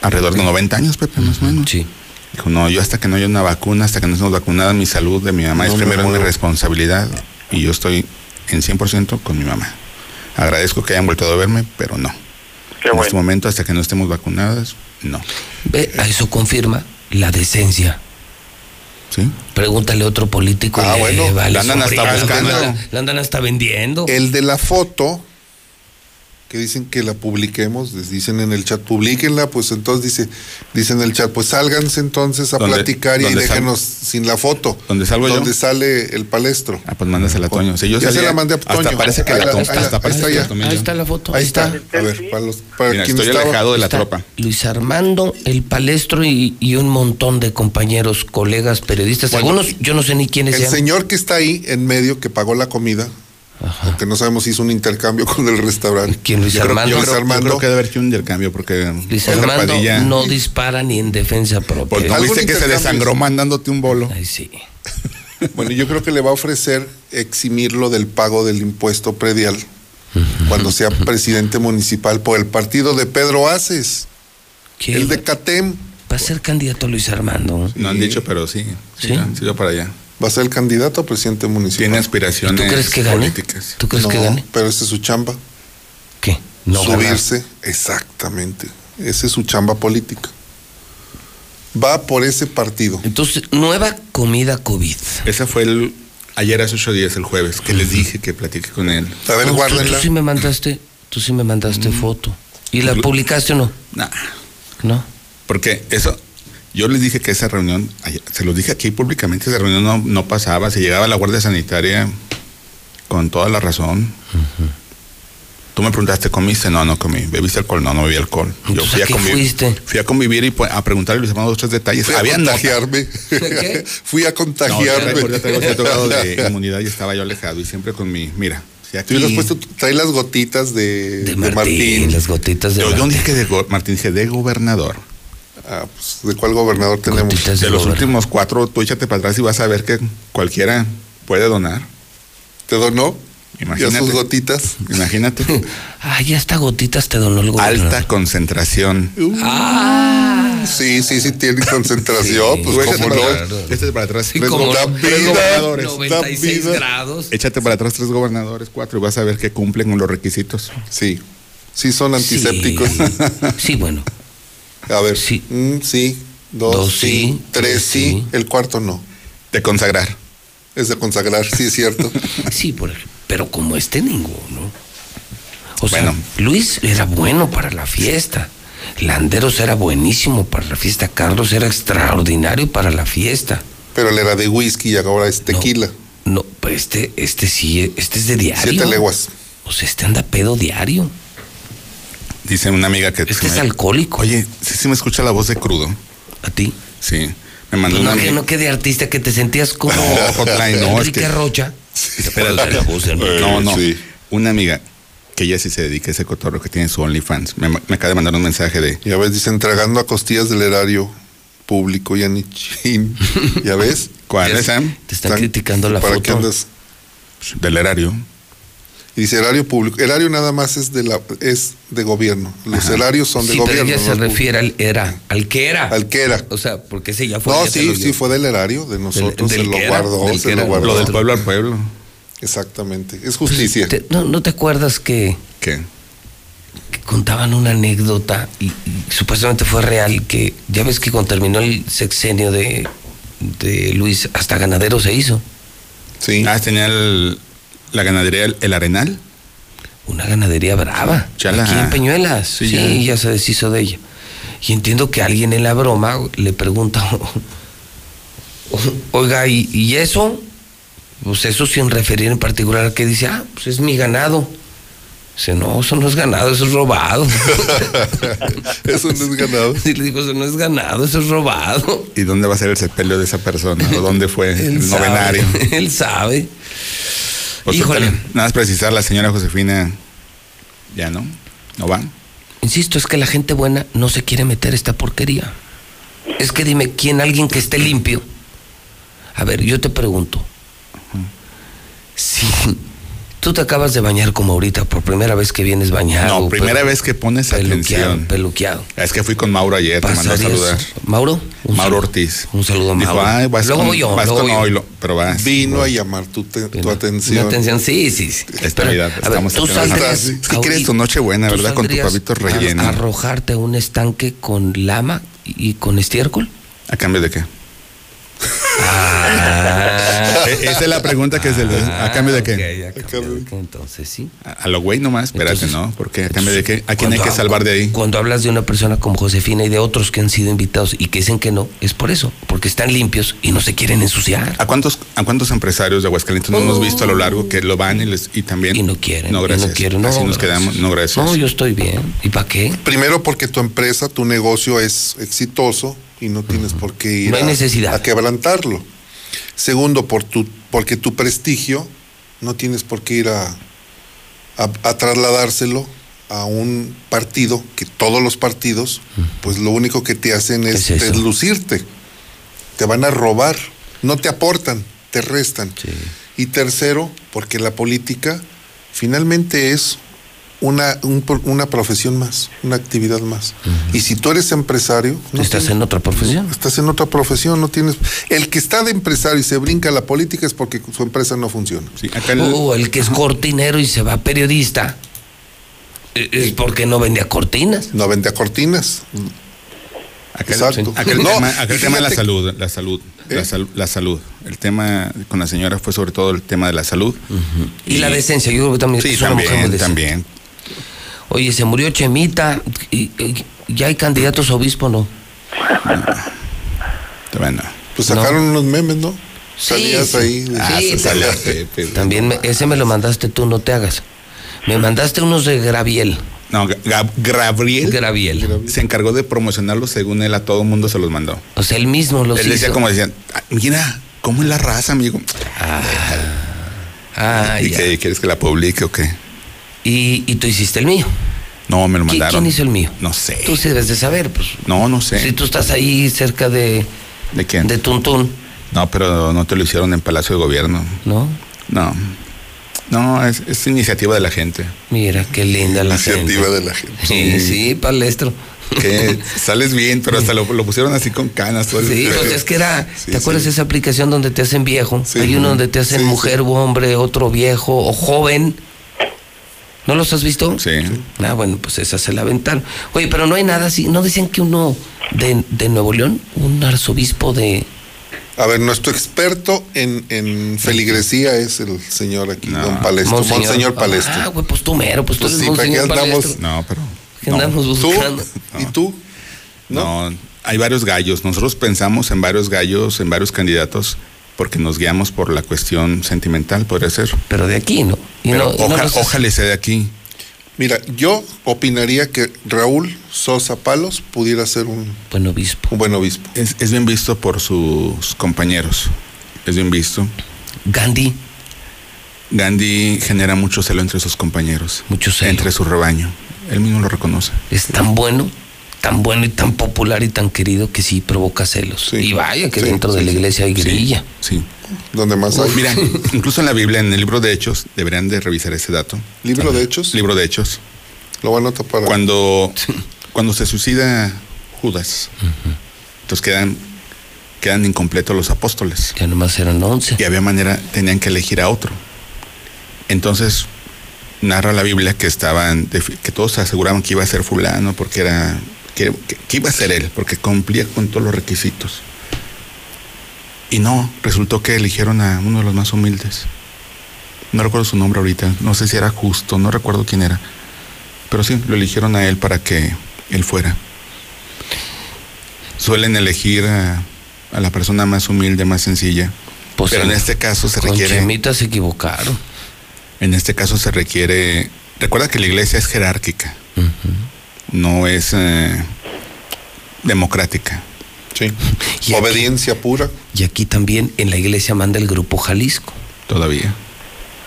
alrededor de 90 años, Pepe, más o menos.
Sí.
Dijo, no, yo hasta que no haya una vacuna, hasta que no nos vacunadas, mi salud de mi mamá
No
es
me
primero mi
muevo.
responsabilidad y yo estoy en 100% con mi mamá. Agradezco que hayan vuelto a verme, pero no.
Qué
en este
bueno.
momento, hasta que no estemos vacunadas, no.
Ve, a eso confirma la decencia.
¿Sí?
Pregúntale a otro político. y
Ah,
le
bueno,
vale
la andan
su
hasta
frijol,
buscando.
La andan, la andan hasta vendiendo.
El de la foto, que dicen que la publiquemos, les dicen en el chat, publiquenla, pues entonces dice, dicen en el chat, pues sálganse entonces a
¿Dónde-
platicar y
dónde sal-
déjenos sin la foto.
¿Dónde salgo yo?
Donde sale el palestro.
Ah, pues mándasela a Toño. Si yo
Ya se
salía-
la mandé a Toño.
Hasta parece que
Ahí
la,
la-
tomé.
ahí la-
Hasta
ahí
parece que
está
la
ya.
tomé
Ahí
yo.
está la foto.
Ahí está. A ver,
selfie.
para los para
Mira,
quien
estoy
estaba.
alejado de la
Está
tropa.
Luis Armando, el palestro y, y un montón de compañeros, colegas, periodistas.
Bueno,
Algunos, yo no sé ni quiénes
El
sean.
señor que está ahí en medio, que pagó la comida,
Ajá.
que no sabemos si hizo un intercambio con el restaurante.
¿Quién, Luis
Yo creo-
Armando?
yo
Yo
Luis
creo, yo
Armando.
creo que debe haber sido un intercambio porque
Luis
Oscar
Armando
Padilla-
no dispara ni en defensa propia.
Pues no
Algún
viste que se
intercambio.
desangró mandándote un bolo.
Ay, sí.
Bueno, yo creo que le va a ofrecer eximirlo del pago del impuesto predial cuando sea presidente municipal por el partido de Pedro Aces,
¿Qué?
el de Catem,
Va a ser candidato Luis Armando.
No han dicho, pero sí.
Sí.
Sí, sí va para allá.
va a ser el candidato a presidente municipal.
Tiene
¿Y
aspiraciones
tú crees que gane?
políticas.
¿Tú crees
No,
que gane?
Pero esa es su chamba,
¿Qué? No ganar.
subirse, exactamente, esa es su chamba política. Va por ese partido.
Entonces, nueva comida COVID.
Esa fue el, ayer hace ocho días, el jueves, que les dije que platiqué con él.
A ver,
No, tú- Pues, tú,
guárdenla.
sí me mandaste, tú sí me mandaste foto. ¿Y la
Lo-
publicaste o no?
Nah,
No.
porque eso, yo les dije que esa reunión, ayer- se los dije aquí públicamente, esa reunión no, no pasaba, se llegaba la Guardia Sanitaria con toda la razón. Tú me preguntaste, ¿comiste? No, no comí. ¿Bebiste alcohol? No, no bebí alcohol.
Pues,
Entonces, ¿a qué
conviv-
fuiste?
Fui a convivir y pues, a preguntarle a Luis Armando dos, tres detalles.
Fui a
Había nota.
contagiarme.
¿Qué?
Fui a
No, ya traigo- ya traigo cierto grado de
contagiarme.
inmunidad y estaba yo alejado y siempre con mi, mira, si
Tú
aquí...
hubieras puesto, trae las gotitas de,
De,
Eh, de
Martín,
Martín.
las gotitas de
Yo, yo no
Martín.
dije de go- Martín, dije de gobernador.
Ah, pues, ¿de cuál gobernador tenemos?
Gotitas
De los
gobernador.
últimos cuatro, tú échate para atrás y vas a ver que cualquiera puede donar.
¿Te donó?
Imagínate.
Ya sus gotitas.
Imagínate.
Ah, ya hasta gotitas te donó el gobernador.
Alta concentración.
Pues
Ah,
Sí, sí, sí, tiene concentración.
Sí,
Tú
pues
échate,
cómo
como
para,
no.
atrás, échate para atrás.
sí,
tres
como
go-
la
no.
tres
vida,
gobernadores.
la
96
vida.
grados.
Échate para atrás tres gobernadores, cuatro, y vas a ver que cumplen con los requisitos.
Sí. Sí, son antisépticos.
Sí. Sí, bueno.
A ver.
Sí.
Sí. sí. Dos,
Dos,
sí.
sí.
Tres, sí.
Sí.
El cuarto no.
De consagrar.
Es de consagrar, sí, es cierto.
Sí, por ejemplo. Pero como este ninguno. O sea,
Bueno.
Luis era bueno para la fiesta. Landeros era buenísimo para la fiesta. Carlos era extraordinario para la fiesta.
Pero él era de whisky y ahora es tequila.
No, no, pero este, este sí, este es de diario.
Siete leguas.
O sea, este anda pedo diario.
Dice una amiga que.
Este
que
es
me-
alcohólico.
Oye, sí, sí me escucha la voz de crudo.
a ti.
Sí. Me mandó
No,
una
Pues no, que
amiga.
no, que de artista que te sentías como
No, hotline, no, es
Enrique
que-
Rocha.
Espérate.
Pero la voz del-
No, no.
Eh, Sí.
Una amiga que ella sí se dedica a ese cotorro que tiene su OnlyFans. Me, me acaba de mandar un mensaje de.
Ya ves, dicen tragando a costillas del erario público, ya ni chin. Ya ves.
¿Cuál
Ya
es, Sam?
Te están criticando la
¿para qué
foto.
andas?
Del erario.
Y dice erario público. Erario nada más es de la es de gobierno. Los
Ajá.
erarios son de
sí, pero
gobierno.
ella
no
se
es público.
refiere al era, al que era.
Al que era.
O sea, porque ese ya fue.
No,
ya te
sí,
lo
sí,
dio.
fue del erario, de nosotros,
del
se lo
que era,
guardó,
del que
se lo
era.
guardó.
Lo del pueblo al pueblo.
Exactamente, es
Pues,
justicia.
te- no, ¿No te acuerdas que,
¿Qué?
que contaban una anécdota y, y supuestamente fue real? Que ya ves que cuando terminó el sexenio de, de Luis, hasta ganadero se hizo.
Sí,
Ah, tenía el- la ganadería El, el Arenal.
Una ganadería brava.
Ya la-
Aquí en Peñuelas. Sí,
Sí,
ya.
ya.
se deshizo de ella. Y entiendo que alguien en la broma le pregunta, oiga, ¿y, y eso? Pues eso sin referir en particular a que dice, ah, pues es mi ganado. Dice, no, eso no es ganado, eso es robado.
eso no es ganado.
y le digo, eso no es ganado, eso es robado.
¿Y dónde va a ser el sepelio de esa persona? ¿O dónde fue el
sabe,
novenario?
Él sabe.
Pues,
Híjole.
total, Nada más precisar, la señora Josefina. Ya no. No van.
Insisto, es que la gente buena no se quiere meter esta porquería. Es que dime quién, alguien que esté limpio. A ver, yo te pregunto. Si tú te acabas de bañar como ahorita, por primera vez que vienes bañado.
No, primera
pelu-
vez que pones
peluqueado,
atención.
peluqueado.
Es que fui con Mauro ayer, te mandó a
Pasarías-
saludar.
¿Mauro? Un
Mauro
saludo.
Ortiz.
Un saludo a
Dijo,
Mauro.
"Ay, vas
luego
con-
voy yo,
vas
luego
con
voy yo".
Oilo, pero vas.
Vino a llamar tu, te- tu
Una-
atención.
Ah, una atención, sí, sí. sí.
Esta
Pero,
Navidad
a ver,
estamos
tú
atendiendo. Ah,
saldrías,
Es que
Gaudí,
quieres tu noche buena,
¿tú
¿verdad? Con tu
saldrías
pavito
a-
relleno.
a arrojarte a un estanque con lama y con estiércol?
¿A cambio de qué?
Ah,
E- Esa es la pregunta que se le. ¿A cambio de qué?
ok, a cambio de qué, entonces sí.
A a lo güey nomás, espérate,
Entonces, pues,
¿no? Porque a cambio de qué, ¿a quién hay
cuando-
que salvar de ahí?
Cuando hablas de una persona como Josefina y de otros que han sido invitados y que dicen que no, es por eso, porque están limpios y no se quieren ensuciar.
¿A cuántos, ¿A cuántos empresarios de Aguascalientes no hemos visto a lo largo que lo van y, les, y también...
Oh. Y no quieren.
No,
y
gracias.
No quieren,
Así
gracias.
nos quedamos. No, gracias.
No, yo estoy bien. ¿Y para qué?
Primero porque tu empresa, tu negocio es exitoso y no tienes por qué ir
No hay
a,
necesidad.
a quebrantarlo. Segundo, por tu, porque tu prestigio no tienes por qué ir a, a- a trasladárselo a un partido que todos los partidos, pues lo único que te hacen es,
Es eso.
deslucirte. Te van a robar, no te aportan, te restan. Y tercero, porque la política finalmente es una, un pro- una profesión más, una actividad más. Y si tú eres empresario, no
¿Estás
tienes-
en otra profesión?
estás en otra profesión, no tienes... El que está de empresario y se brinca la política es porque su empresa no funciona.
Sí, acá el-
O Uh, el que es cortinero y se va periodista. eh, Es porque no vendía cortinas.
No vende a cortinas.
acá el-
exacto.
acá el
No,
tema,
y
acá el tema de la
fíjate-
salud, la salud, la,
¿Eh?
sal- la salud. El tema con la señora fue sobre todo el tema de la salud.
Y, la decencia, yo creo que también
Sí,
es una mujer muy
también,
decente.
también.
Oye, se murió Chemita. Y, y- ¿Ya hay candidatos a obispo no?
También no.
Pues sacaron unos memes, ¿no? Salías
sí.
ahí.
Ah,
se
sí,
sale
también.
a Pepe.
También me- ese me lo mandaste tú, no te hagas. Me mandaste unos de Graviel.
No, Ga- Ga- Gabriel
Graviel.
se encargó de promocionarlos según él a todo el mundo se los mandó.
O sea, él mismo los
él decía
hizo.
como decían, "Ah, mira, ¿cómo es la raza, amigo?
Ah,
¿Y
ya.
qué, quieres que la publique o qué?
Y, y tú hiciste el mío.
No, me lo
¿Qui-
mandaron.
¿Quién hizo el mío?
No sé.
Tú sí debes de saber, pues.
No, no sé.
Si tú estás ahí cerca de,
¿De quién?
de Tuntún,
No, pero no te lo hicieron en Palacio de Gobierno.
¿no?
No. No, es, es iniciativa de la gente.
Mira, qué linda la gente.
Iniciativa de la gente.
Sí, sí, palestro.
Que sales bien, pero hasta lo, lo pusieron así con canas. todo el-
Sí, pues es que era,
Sí,
¿te acuerdas
sí.
de esa aplicación donde te hacen viejo?
Sí.
Hay uno donde te hacen
Sí,
mujer o hombre, otro viejo o joven. ¿No los has visto?
Sí.
Ah, bueno, pues esa se la aventaron. Oye, pero no hay nada así. ¿No dicen que uno de, de Nuevo León, un arzobispo de... Ah.
A ver, nuestro experto en, en feligresía es el señor aquí,
No.
don Palestro, Monseñor, Palestro.
Ah, güey, pues tú mero, pues tú
Pues
eres
sí, ¿para qué
Monseñor
andamos?
Palestro.
No, pero.
¿Qué andamos
¿Tú?
buscando?
¿Y tú? ¿No?
No, hay varios gallos. Nosotros pensamos en varios gallos, en varios candidatos, porque nos guiamos por la cuestión sentimental, podría ser.
Pero de aquí, ¿no? Y
Pero
no- y no
oja-
los-
ojalá sea de aquí.
Mira, yo opinaría que Raúl Sosa Palos pudiera ser un,
Buen obispo.
un buen obispo.
Es, es bien visto por sus compañeros. Es bien visto.
Gandhi.
Gandhi genera mucho celo entre sus compañeros.
Mucho celo.
Entre su rebaño. Él mismo lo reconoce.
es tan bueno, tan bueno y tan popular y tan querido que sí provoca celos.
Sí.
Y vaya que
Sí,
dentro de
sí,
la
sí.
iglesia hay
Sí,
grilla.
Sí.
Donde más hay.
Mira, incluso en la Biblia, en el libro de Hechos, deberían de revisar ese dato.
Libro de Hechos.
Libro de Hechos.
Lo van a tapar.
Cuando, cuando se suicida Judas, entonces quedan, quedan incompletos los apóstoles.
Ya nomás eran 11.
Y había manera, tenían que elegir a otro. Entonces, narra la Biblia que estaban, defi- que todos aseguraban que iba a ser fulano, porque era, que, que- que iba a ser él, porque cumplía con todos los requisitos. Y no, resultó que eligieron a uno de los más humildes. No recuerdo su nombre ahorita, no sé si era justo, no recuerdo quién era. Pero sí, lo eligieron a él para que él fuera. Suelen elegir a, a la persona más humilde, más sencilla.
Pues
pero en
sí.
este caso se
Con
requiere.
Chemita se equivocaron.
En este caso se requiere. Recuerda que la iglesia es jerárquica, no es eh, democrática.
Sí.
Y aquí-
Obediencia pura.
Y aquí también en la iglesia manda el grupo Jalisco.
Todavía.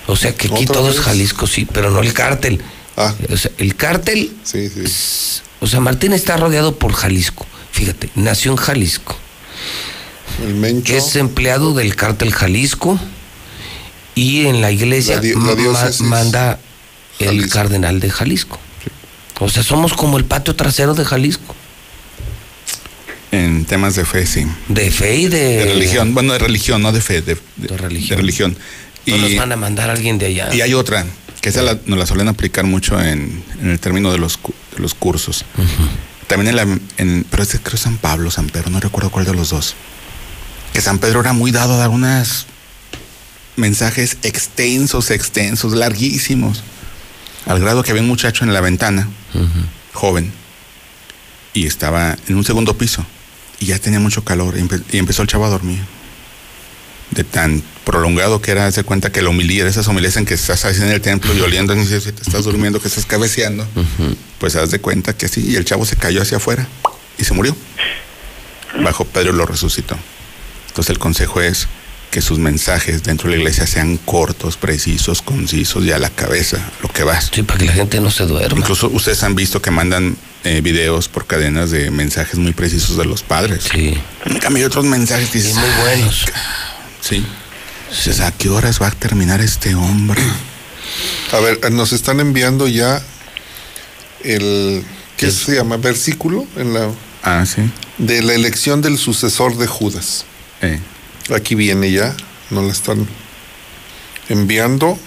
O sea que aquí
¿Otra
todo es
vez?
Jalisco, sí, pero no el cártel.
Ah,
O sea, el cártel,
sí, sí.
o sea, Martín está rodeado por Jalisco. Fíjate, nació en Jalisco.
El Mencho.
Es empleado del cártel Jalisco y en la iglesia
La di- la
ma-
diócesis.
manda el
Jalisco.
cardenal de Jalisco. O sea, somos como el patio trasero de Jalisco.
En temas de fe, sí.
De fe y de...
De religión. Bueno, de religión, no de fe, de,
Eh. De religión.
religión.
No nos
Y,
van a mandar a alguien de allá.
y hay otra, que esa la- nos la suelen aplicar mucho en, en el término de los, cu- de los cursos. También en la. en- pero este creo San Pablo, San Pedro, no recuerdo cuál de los dos. Que San Pedro era muy dado a dar unos mensajes extensos, extensos, larguísimos. Al grado que había un muchacho en la ventana, joven, y estaba en un segundo piso. Y ya tenía mucho calor. Y, empe- y empezó el chavo a dormir. De tan prolongado que era, hace cuenta que la homilía, de esas homilías en que estás haciendo en el templo y oliendo, y dices, te estás durmiendo, que estás cabeceando. Pues haz de cuenta que así. Y el chavo se cayó hacia afuera y se murió. Bajo Pedro y lo resucitó. Entonces el consejo es que sus mensajes dentro de la iglesia sean cortos, precisos, concisos y a la cabeza, lo que vas.
Sí, para que la gente no se duerma.
Incluso ustedes han visto que mandan eh, videos por cadenas de mensajes muy precisos de los padres.
Sí.
En cambio, hay otros mensajes que
Y
dices,
muy
"Ay,
buenos.
Sí. Dices, ¿a qué horas va a terminar este hombre?
A ver, nos están enviando ya el. ¿Qué
Es-
se llama? Versículo en la,
Ah, sí.
de la elección del sucesor de Judas.
Eh,
Aquí viene ya, nos la están enviando.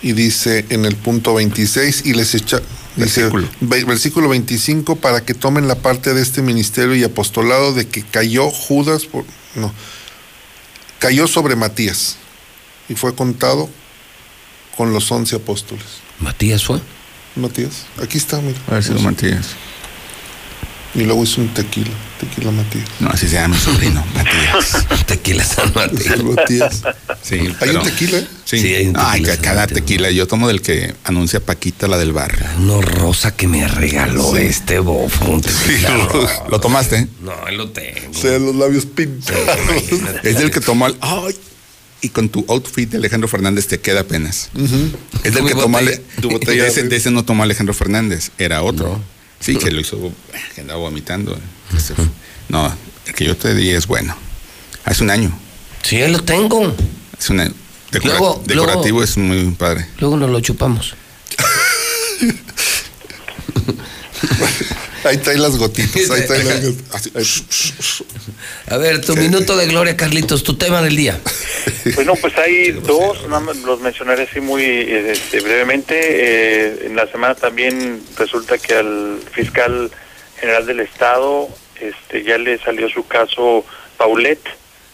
Y dice en el punto 26, y les echa. dice,
Versículo.
ve- versículo 25, para que tomen la parte de este ministerio y apostolado de que cayó Judas, por, no, cayó sobre Matías y fue contado con los once apóstoles.
Matías fue.
Matías, aquí está, mira.
a ver si lo Matías.
Y luego hizo un tequila, tequila Matías.
No, así se llama mi sobrino, Matías.
Tequila San Mateo.
El Matías.
Sí,
Hay
pero-
un tequila, ¿eh?
Sí,
Sí, hay un
Ay,
tequila,
ca- cada
San Mateo.
tequila. Yo tomo del que anuncia Paquita, la del barrio.
No rosa que me regaló
Sí.
este bofo. un tequila rosa.
¿Lo tomaste? ¿eh?
No, él lo tengo.
se dan los labios pintados.
Es del que tomó el. ¡Ay! Y con tu outfit de Alejandro Fernández te queda apenas. Es del
Mi
que tomó.
botella-
Ale-
tu botella
de ese,
de-
de ese no tomó Alejandro Fernández, era otro.
No.
Sí, que lo hizo. que andaba vomitando. que se fue. No, el que yo te di es bueno. Hace un año.
Sí, él lo tengo.
Hace un año. Decora-
Luego-
decorativo
luego-
es muy padre.
Luego nos lo chupamos.
Ahí trae las gotitas, ahí trae las gotitas. Así, ahí.
A ver, tu minuto de gloria, Carlitos, tu tema del día.
Eh,
Bueno, pues hay dos, nada más los mencionaré así muy eh, este, brevemente. Eh, en la semana también resulta que al fiscal general del Estado este, ya le salió su caso Paulet.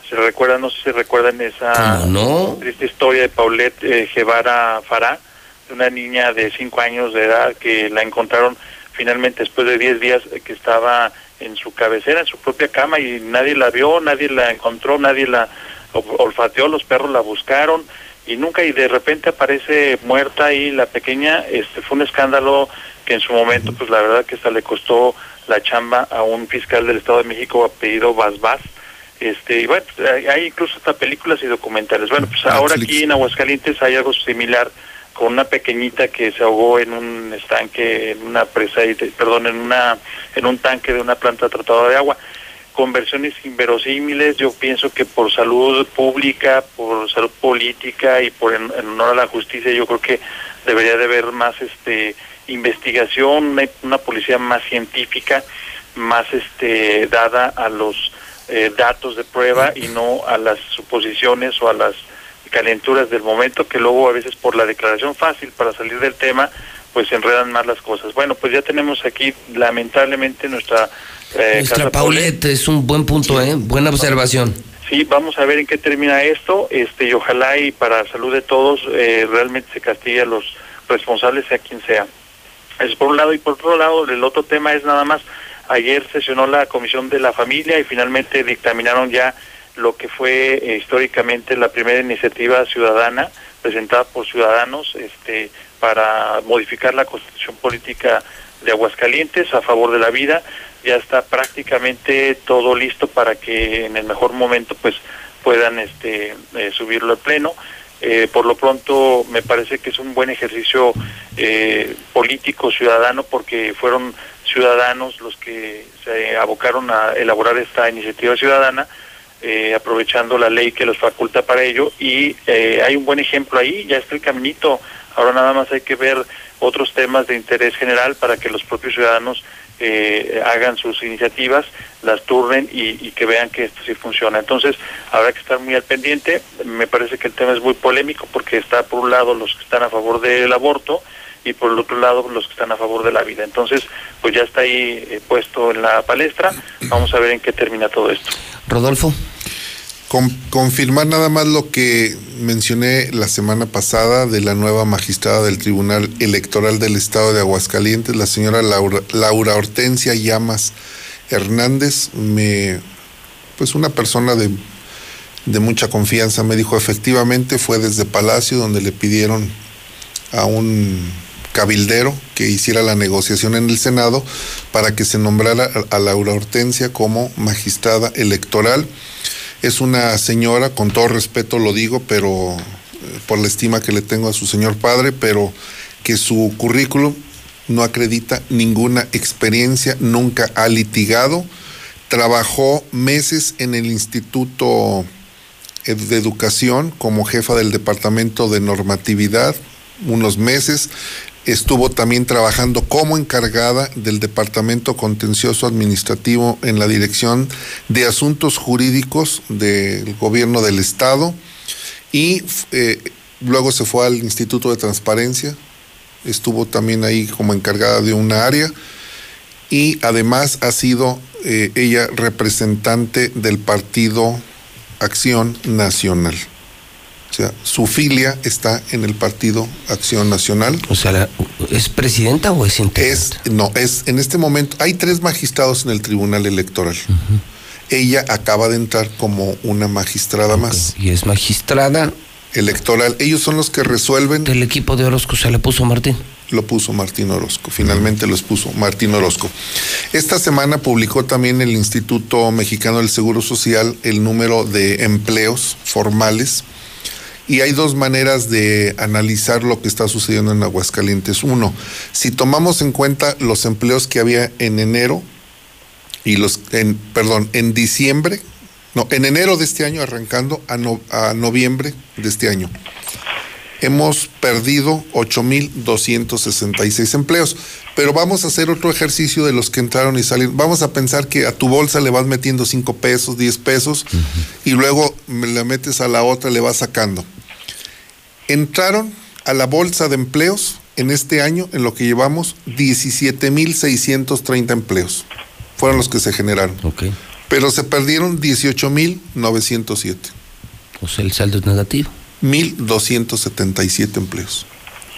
¿Se recuerdan? No sé si recuerdan esa
¿Cómo Ah, no?
triste historia de Paulette eh, Guevara Fará, de una niña de 5 años de edad que la encontraron finalmente después de 10 días eh, que estaba en su cabecera, en su propia cama y nadie la vio, nadie la encontró, nadie la ol- olfateó, los perros la buscaron y nunca y de repente aparece muerta ahí la pequeña, este fue un escándalo que en su momento pues la verdad que hasta le costó la chamba a un fiscal del Estado de México apellido Basbás este y bueno pues, hay- hay incluso hasta películas y documentales bueno pues ahora
Netflix.
aquí en Aguascalientes hay algo similar con una pequeñita que se ahogó en un estanque en una presa y de- perdón en una en un tanque de una planta tratadora de agua conversiones inverosímiles yo pienso que por salud pública por salud política y por en, en honor a la justicia yo creo que debería de haber más este investigación una, una policía más científica más este dada a los eh, datos de prueba y no a las suposiciones o a las calenturas del momento que luego a veces por la declaración fácil para salir del tema pues enredan más las cosas. Bueno, pues ya tenemos aquí lamentablemente nuestra eh,
Nuestra
casa
Paulette es un buen punto, ¿eh? Buena observación.
Sí, vamos a ver en qué termina esto, este y ojalá y para salud de todos eh, realmente se castigue a los responsables, sea quien sea. Eso por un lado y por otro lado, el otro tema es nada más, ayer sesionó la Comisión de la Familia y finalmente dictaminaron ya lo que fue eh, históricamente la primera iniciativa ciudadana presentada por ciudadanos este, para modificar la constitución política de Aguascalientes a favor de la vida. Ya está prácticamente todo listo para que en el mejor momento pues puedan este, eh, subirlo al pleno. Eh, por lo pronto, me parece que es un buen ejercicio eh, político ciudadano porque fueron ciudadanos los que se abocaron a elaborar esta iniciativa ciudadana, eh, aprovechando la ley que los faculta para ello. Y eh, hay un buen ejemplo ahí, ya está el caminito. Ahora nada más hay que ver otros temas de interés general para que los propios ciudadanos eh, hagan sus iniciativas, las turnen y, y, que vean que esto sí funciona. Entonces, habrá que estar muy al pendiente. Me parece que el tema es muy polémico porque está, por un lado, los que están a favor del aborto y por el otro lado, los que están a favor de la vida. Entonces, pues ya está ahí eh, puesto en la palestra. Vamos a ver en qué termina todo esto.
Rodolfo.
Con, confirmar nada más lo que mencioné la semana pasada de la nueva magistrada del Tribunal Electoral del Estado de Aguascalientes, la señora Laura, Laura Hortensia Llamas Hernández, me, pues una persona de, de, mucha confianza, me dijo efectivamente fue desde Palacio donde le pidieron a un cabildero que hiciera la negociación en el Senado para que se nombrara a, a Laura Hortensia como magistrada electoral es una señora, con todo respeto lo digo, pero eh, por la estima que le tengo a su señor padre, pero que su currículum no acredita ninguna experiencia, nunca ha litigado, trabajó meses en el Instituto eh, de Educación como jefa del Departamento de Normatividad, unos meses, estuvo también trabajando como encargada del Departamento Contencioso Administrativo en la Dirección de Asuntos Jurídicos del Gobierno del Estado y eh, luego se fue al Instituto de Transparencia, estuvo también ahí como encargada de una área y además ha sido eh, ella representante del Partido Acción Nacional. O sea, su filia está en el partido Acción Nacional.
O sea, la, ¿es presidenta o es
integrante? Es, no, es en este momento. Hay tres magistrados en el Tribunal Electoral. Uh -huh. Ella acaba de entrar como una magistrada okay. más.
Y es magistrada.
Electoral. Ellos son los que resuelven.
Del equipo de Orozco se le puso Martín.
Lo puso Martín Orozco. Finalmente los puso Martín Orozco. Esta semana publicó también el Instituto Mexicano del Seguro Social el número de empleos formales. Y hay dos maneras de analizar lo que está sucediendo en Aguascalientes. Uno, si tomamos en cuenta los empleos que había en enero y los, en, perdón, en diciembre, no, en enero de este año arrancando a, no, a noviembre de este año, hemos perdido 8.266 empleos. Pero vamos a hacer otro ejercicio de los que entraron y salieron. Vamos a pensar que a tu bolsa le vas metiendo 5 pesos, 10 pesos, uh -huh. y luego me la metes a la otra, le vas sacando entraron a la bolsa de empleos en este año, en lo que llevamos, 17.630 empleos. Fueron los que se generaron.
Okay.
Pero se perdieron 18.907.
O sea, el saldo es negativo.
1.277 empleos.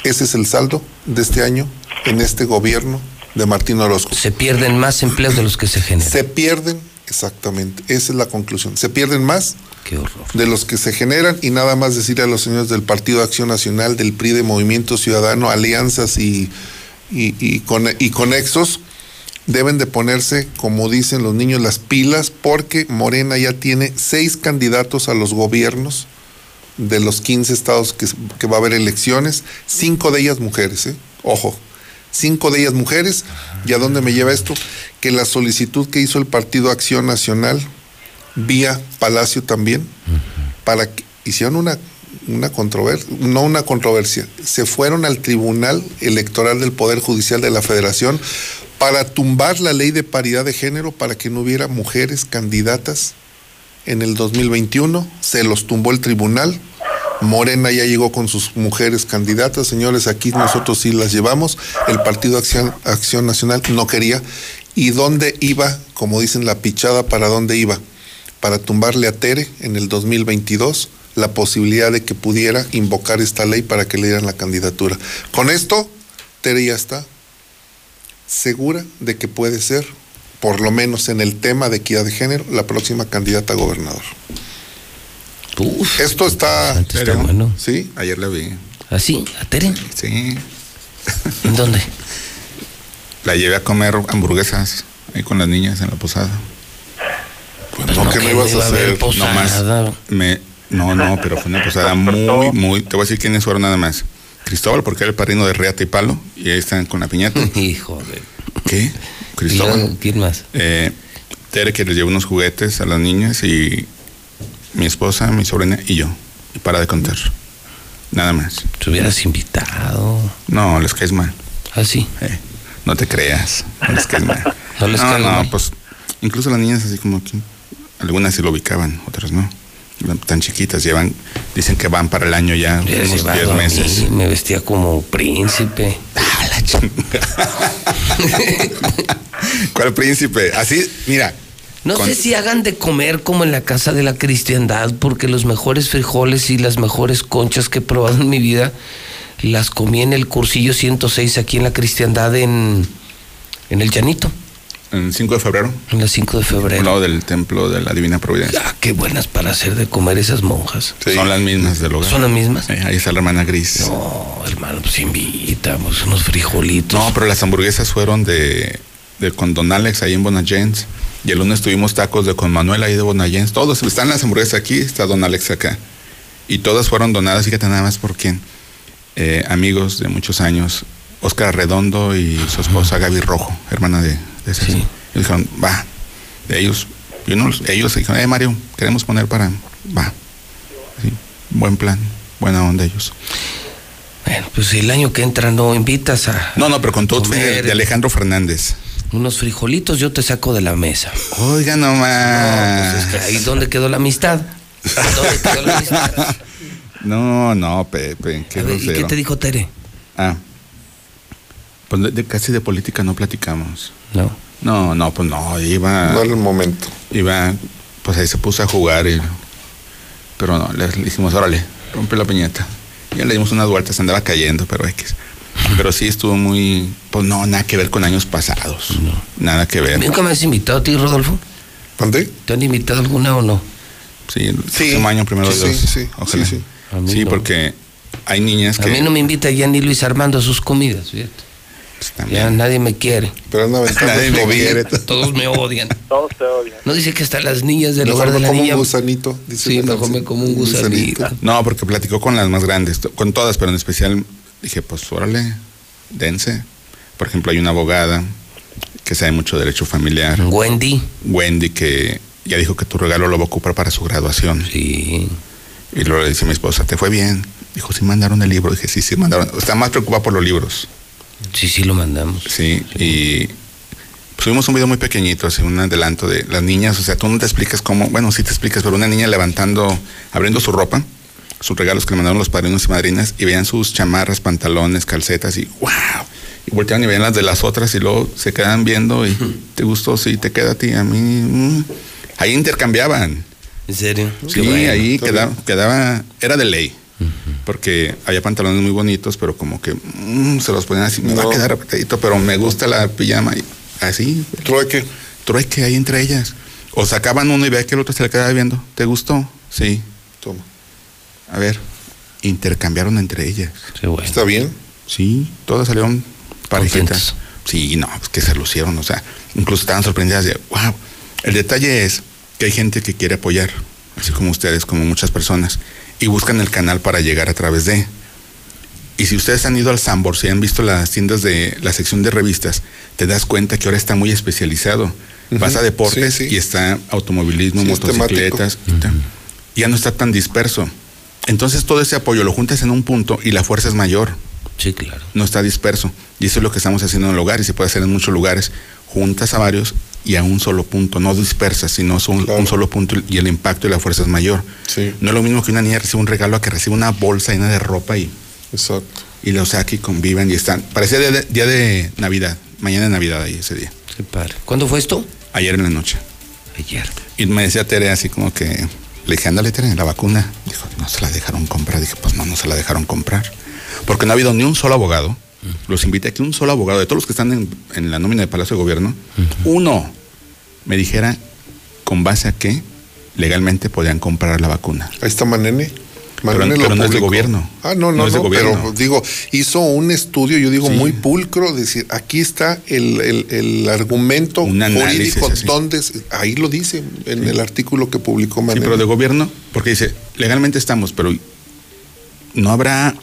Ese es el saldo de este año en este gobierno de Martín Orozco.
Se pierden más empleos de los que se generan.
Se pierden, exactamente. Esa es la conclusión. Se pierden más
Qué horror.
De los que se generan y nada más decir a los señores del Partido Acción Nacional, del PRI, de Movimiento Ciudadano, alianzas y, y, y, con, y conexos, deben de ponerse, como dicen los niños, las pilas porque Morena ya tiene seis candidatos a los gobiernos de los 15 estados que, que va a haber elecciones, cinco de ellas mujeres, ¿eh? ojo, cinco de ellas mujeres. ¿Y a dónde me lleva esto? Que la solicitud que hizo el Partido Acción Nacional vía Palacio también, uh -huh. para que hicieron una, una controversia, no una controversia, se fueron al Tribunal Electoral del Poder Judicial de la Federación para tumbar la ley de paridad de género para que no hubiera mujeres candidatas en el 2021, se los tumbó el tribunal. Morena ya llegó con sus mujeres candidatas, señores, aquí nosotros sí las llevamos, el Partido Acción, Acción Nacional no quería. ¿Y dónde iba, como dicen, la pichada para dónde iba? para tumbarle a Tere en el 2022 la posibilidad de que pudiera invocar esta ley para que le dieran la candidatura. Con esto, Tere ya está segura de que puede ser, por lo menos en el tema de equidad de género, la próxima candidata a gobernador.
Uf,
esto está...
Tere, está bueno.
Sí,
ayer la vi.
¿Ah, sí? ¿A Tere?
Sí.
¿En dónde?
La llevé a comer hamburguesas ahí con las niñas en la posada.
Pues pues no, que me ibas a hacer?
No más. Me, no, no, pero fue una posada muy, muy. Te voy a decir quiénes fueron nada más. Cristóbal, porque era el padrino de Reata y Palo, y ahí están con la piñata.
Híjole.
¿Qué? Cristóbal.
Llegaron firmas.
Eh, Tere que les llevó unos juguetes a las niñas y mi esposa, mi sobrina y yo. Y para de contar. Nada más.
Te hubieras invitado.
No, les caes mal.
Ah, sí.
eh. No te creas. No les caes mal.
No les caes mal.
pues incluso las niñas así como que algunas sí lo ubicaban, otras no. Tan chiquitas, llevan, dicen que van para el año ya,
Hubieras
unos 10
llevado a mí,
meses.
Me vestía como príncipe.
A la chingada. ¿Cuál príncipe? Así, mira.
No
con-
sé si hagan de comer como en la casa de la cristiandad, porque los mejores frijoles y las mejores conchas que he probado en mi vida las comí en el cursillo 106 aquí en la cristiandad en, en el Llanito,
El 5 de febrero,
en la 5 de
al
febrero.
lado del templo de la Divina Providencia.
Ah, qué buenas para hacer de comer esas monjas.
Sí.
Son las mismas del hogar.
¿Son las mismas?
Eh, ahí está la hermana gris. No.
No, hermano, pues invitamos unos frijolitos.
pero las hamburguesas fueron de, de con Don Alex ahí en Bonagents. Y el lunes tuvimos tacos de con Manuel ahí de Bonagents. Todos están las hamburguesas aquí, está Don Alex acá. Y todas fueron donadas, fíjate nada más por quién. Eh, amigos de muchos años, Óscar Redondo y su esposa Gaby Rojo, hermana de, de Ceci.
Sí.
Y dijeron, va, de ellos. Y unos, ellos dijeron, eh, Mario, queremos poner para. Va. Sí, buen plan, buena onda ellos.
Bueno, pues el año que entra no invitas a
No, no, pero con todo
Comer.
de, de Alejandro Fernández.
unos frijolitos, yo te saco de la mesa.
Oiga
No,
nomás.
pues es que ahí es donde quedó la amistad. ¿Dónde quedó la amistad?
No, no, Pepe, qué
A ver, ¿Y qué
grosero.
te dijo Tere?
Ah. Pues de- de- casi de política no platicamos.
No.
No, no, pues no,
No
iba,
era el momento.
iba, pues ahí se puso a jugar y- pero no, le, le dijimos, órale, rompe la piñata. Ya le dimos unas vueltas, andaba cayendo, pero X. Pero sí estuvo muy, pues no, nada que ver con años pasados. Nada que ver.
¿Nunca me has invitado a ti, Rodolfo?
¿Mandé?
¿Te han invitado alguna o no?
Sí, el
Sí.
próximo año primero
Sí,
de Dios.
sí, sí,
Ojalá.
sí,
Sí,
sí. A mí no.
porque hay niñas
A
que
mí no me invita ya ni Luis Armando a sus comidas, fíjate.
pues,
Ya
también
nadie me quiere.
Pero anda aventando
Nadie
el
me
tobillo.
quiere.
Todos me odian.
Todos te odian.
No dice que hasta las niñas del
Mejor
hogar de
me
la
como
niña.
un gusanito. dice
Sí,
la
mejor
canción.
me como un gusanito.
No, porque platicó con las más grandes, to- con todas, pero en especial dije, pues órale, dense. Por ejemplo, hay una abogada que sabe mucho de derecho familiar,
Wendy.
Wendy, que ya dijo que tu regalo lo va a ocupar para su graduación.
Sí.
Y luego le dice mi esposa, ¿te fue bien? Dijo, sí mandaron el libro. Dije, sí, sí mandaron. Está más preocupada por los libros.
Sí, sí, lo mandamos.
Sí, y subimos un video muy pequeñito, así un adelanto de las niñas, o sea, tú no te explicas cómo, bueno, sí te explicas, pero una niña levantando, abriendo su ropa, sus regalos que le mandaron los padrinos y madrinas, y veían sus chamarras, pantalones, calcetas, y wow, y volteaban y veían las de las otras, y luego se quedan viendo, y te gustó, sí, te queda a ti, a mí, mm. ahí intercambiaban.
¿En serio?
Sí,
Qué bueno.
ahí
está
quedaba,
bien.
quedaba, era de ley. Porque había pantalones muy bonitos, pero como que mm, se los ponían así, me va
No.
a quedar apretadito, pero me gusta la pijama. y así,
Trueque.
trueque ahí entre ellas. O sacaban uno y veía que el otro se le quedaba viendo. ¿Te gustó? Sí.
Toma.
A ver, intercambiaron entre ellas.
Qué bueno.
¿Está bien?
Sí, todas salieron parejitas.
Contentas.
Sí, no, pues que se lucieron, o sea, incluso estaban sorprendidas de, wow. El detalle es que hay gente que quiere apoyar, así como ustedes, como muchas personas, y buscan el canal para llegar a través de. Y si ustedes han ido al Sambor, si han visto las tiendas de la sección de revistas, te das cuenta que ahora está muy especializado. Vas a
Ujú,
deportes
sí, sí.
y está automovilismo,
Sí, es
motocicletas, y
Mm.
tal. ya no está tan disperso. Entonces todo ese apoyo lo juntas en un punto y la fuerza es mayor
Sí, claro.
no está disperso. Y eso es lo que estamos haciendo en el hogar y se puede hacer en muchos lugares. Juntas a varios y a un solo punto, no dispersas, sino son
Claro.
un solo punto y el impacto y la fuerza es mayor.
Sí,
No es lo mismo que una niña reciba un regalo a que reciba una bolsa llena de ropa y,
exacto.
y lo saque y convivan y están. Parecía día de, día de Navidad, mañana de Navidad ahí ese día,
Qué padre. ¿Cuándo fue esto?
ayer en la noche.
Ayer.
Y me decía Tere así como que, le dije, ándale Tere, la vacuna. Dijo, no se la dejaron comprar. Dije, pues no, no se la dejaron comprar. Porque no ha habido ni un solo abogado. Los invité a que un solo abogado, de todos los que están en, en la nómina de Palacio de Gobierno, uno me dijera con base a qué legalmente podían comprar la vacuna.
Ahí está Manene. Manene
Pero-
lo
pero no es de
publicó.
gobierno.
Ah, no, no,
No
no,
es de gobierno.
pero digo, hizo un estudio, yo digo,
Sí.
muy pulcro, decir, aquí está el, el- el argumento
Un análisis,
jurídico,
así.
donde, se- ahí lo dice, en el artículo que publicó
Sí,
Manene.
pero de gobierno, porque dice, legalmente estamos, pero no habrá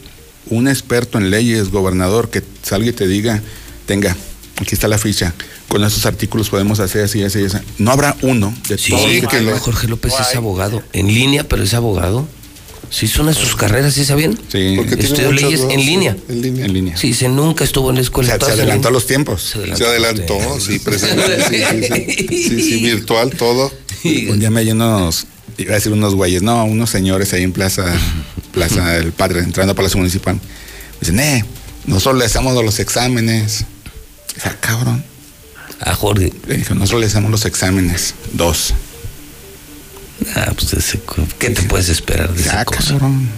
un experto en leyes, gobernador, que salga y te diga, tenga, Aquí está la ficha. Con esos artículos podemos hacer así, así, así. No habrá uno de
Sí,
todos los
que
claro,
lo-
Jorge López es
Guay.
abogado. En línea, pero es abogado. Sí, son a sus carreras, ¿sí sabían?
Sí,
Porque tiene
Estudió
muchas
leyes en
dudas,
línea.
En línea.
en línea.
Sí, pues dice, nunca estuvo en la
O
escuela.
sea, se
todas en
adelantó
línea.
los tiempos.
Se adelantó, Oh, sí, presencial, sí, sí, sí. Sí, sí, virtual, todo.
Un día me hay unos, iba a decir unos güeyes, no, unos señores ahí en Plaza, Plaza del Padre, entrando a Palacio Municipal. Me dicen, eh, nosotros le hacemos los exámenes. O sea, cabrón.
A Jorge.
Le dije, nosotros le hacemos los exámenes. Dos.
Ah, pues ese co- ¿Qué te puedes esperar de esa
Ya,
cosa?
"Ah, cabrón.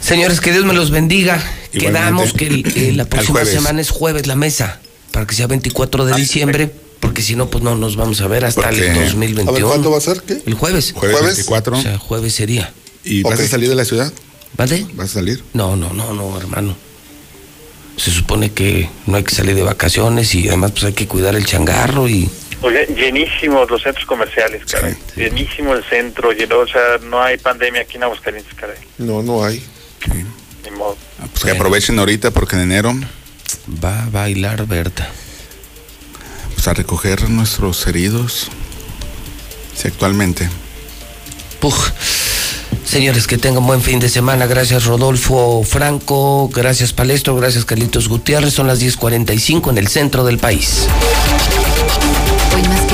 Señores, que Dios me los bendiga.
Igualmente.
Quedamos que el- eh, la
Al
próxima
jueves.
semana es jueves la mesa, para que sea 24 de
Ah,
diciembre, porque si no, pues no nos vamos a ver hasta
Porque-
el
A
2021.
ver, ¿cuándo va a ser? ¿Qué?
El jueves.
Jueves,
¿Jueves?
24.
O sea, jueves sería.
¿Y vas
Ok.
a salir de la ciudad?
¿Vale?
¿Vas a salir?
No, no, no, no, hermano. Se supone que no hay que salir de vacaciones y además pues hay que cuidar el changarro y...
Oye, llenísimos los centros comerciales, caray.
Sí.
Llenísimo el centro, lleno, o sea, no hay pandemia aquí en Aguascalientes, caray.
No, no hay.
Ni modo.
Ah, Pues que aprovechen ahorita porque en enero
Va a bailar Berta.
pues a recoger nuestros heridos. Sí, actualmente.
Puj. Señores, que tengan buen fin de semana. Gracias Rodolfo Franco, gracias Palestro, gracias Carlitos Gutiérrez. Son las 10.45 en el centro del país.
Hoy más que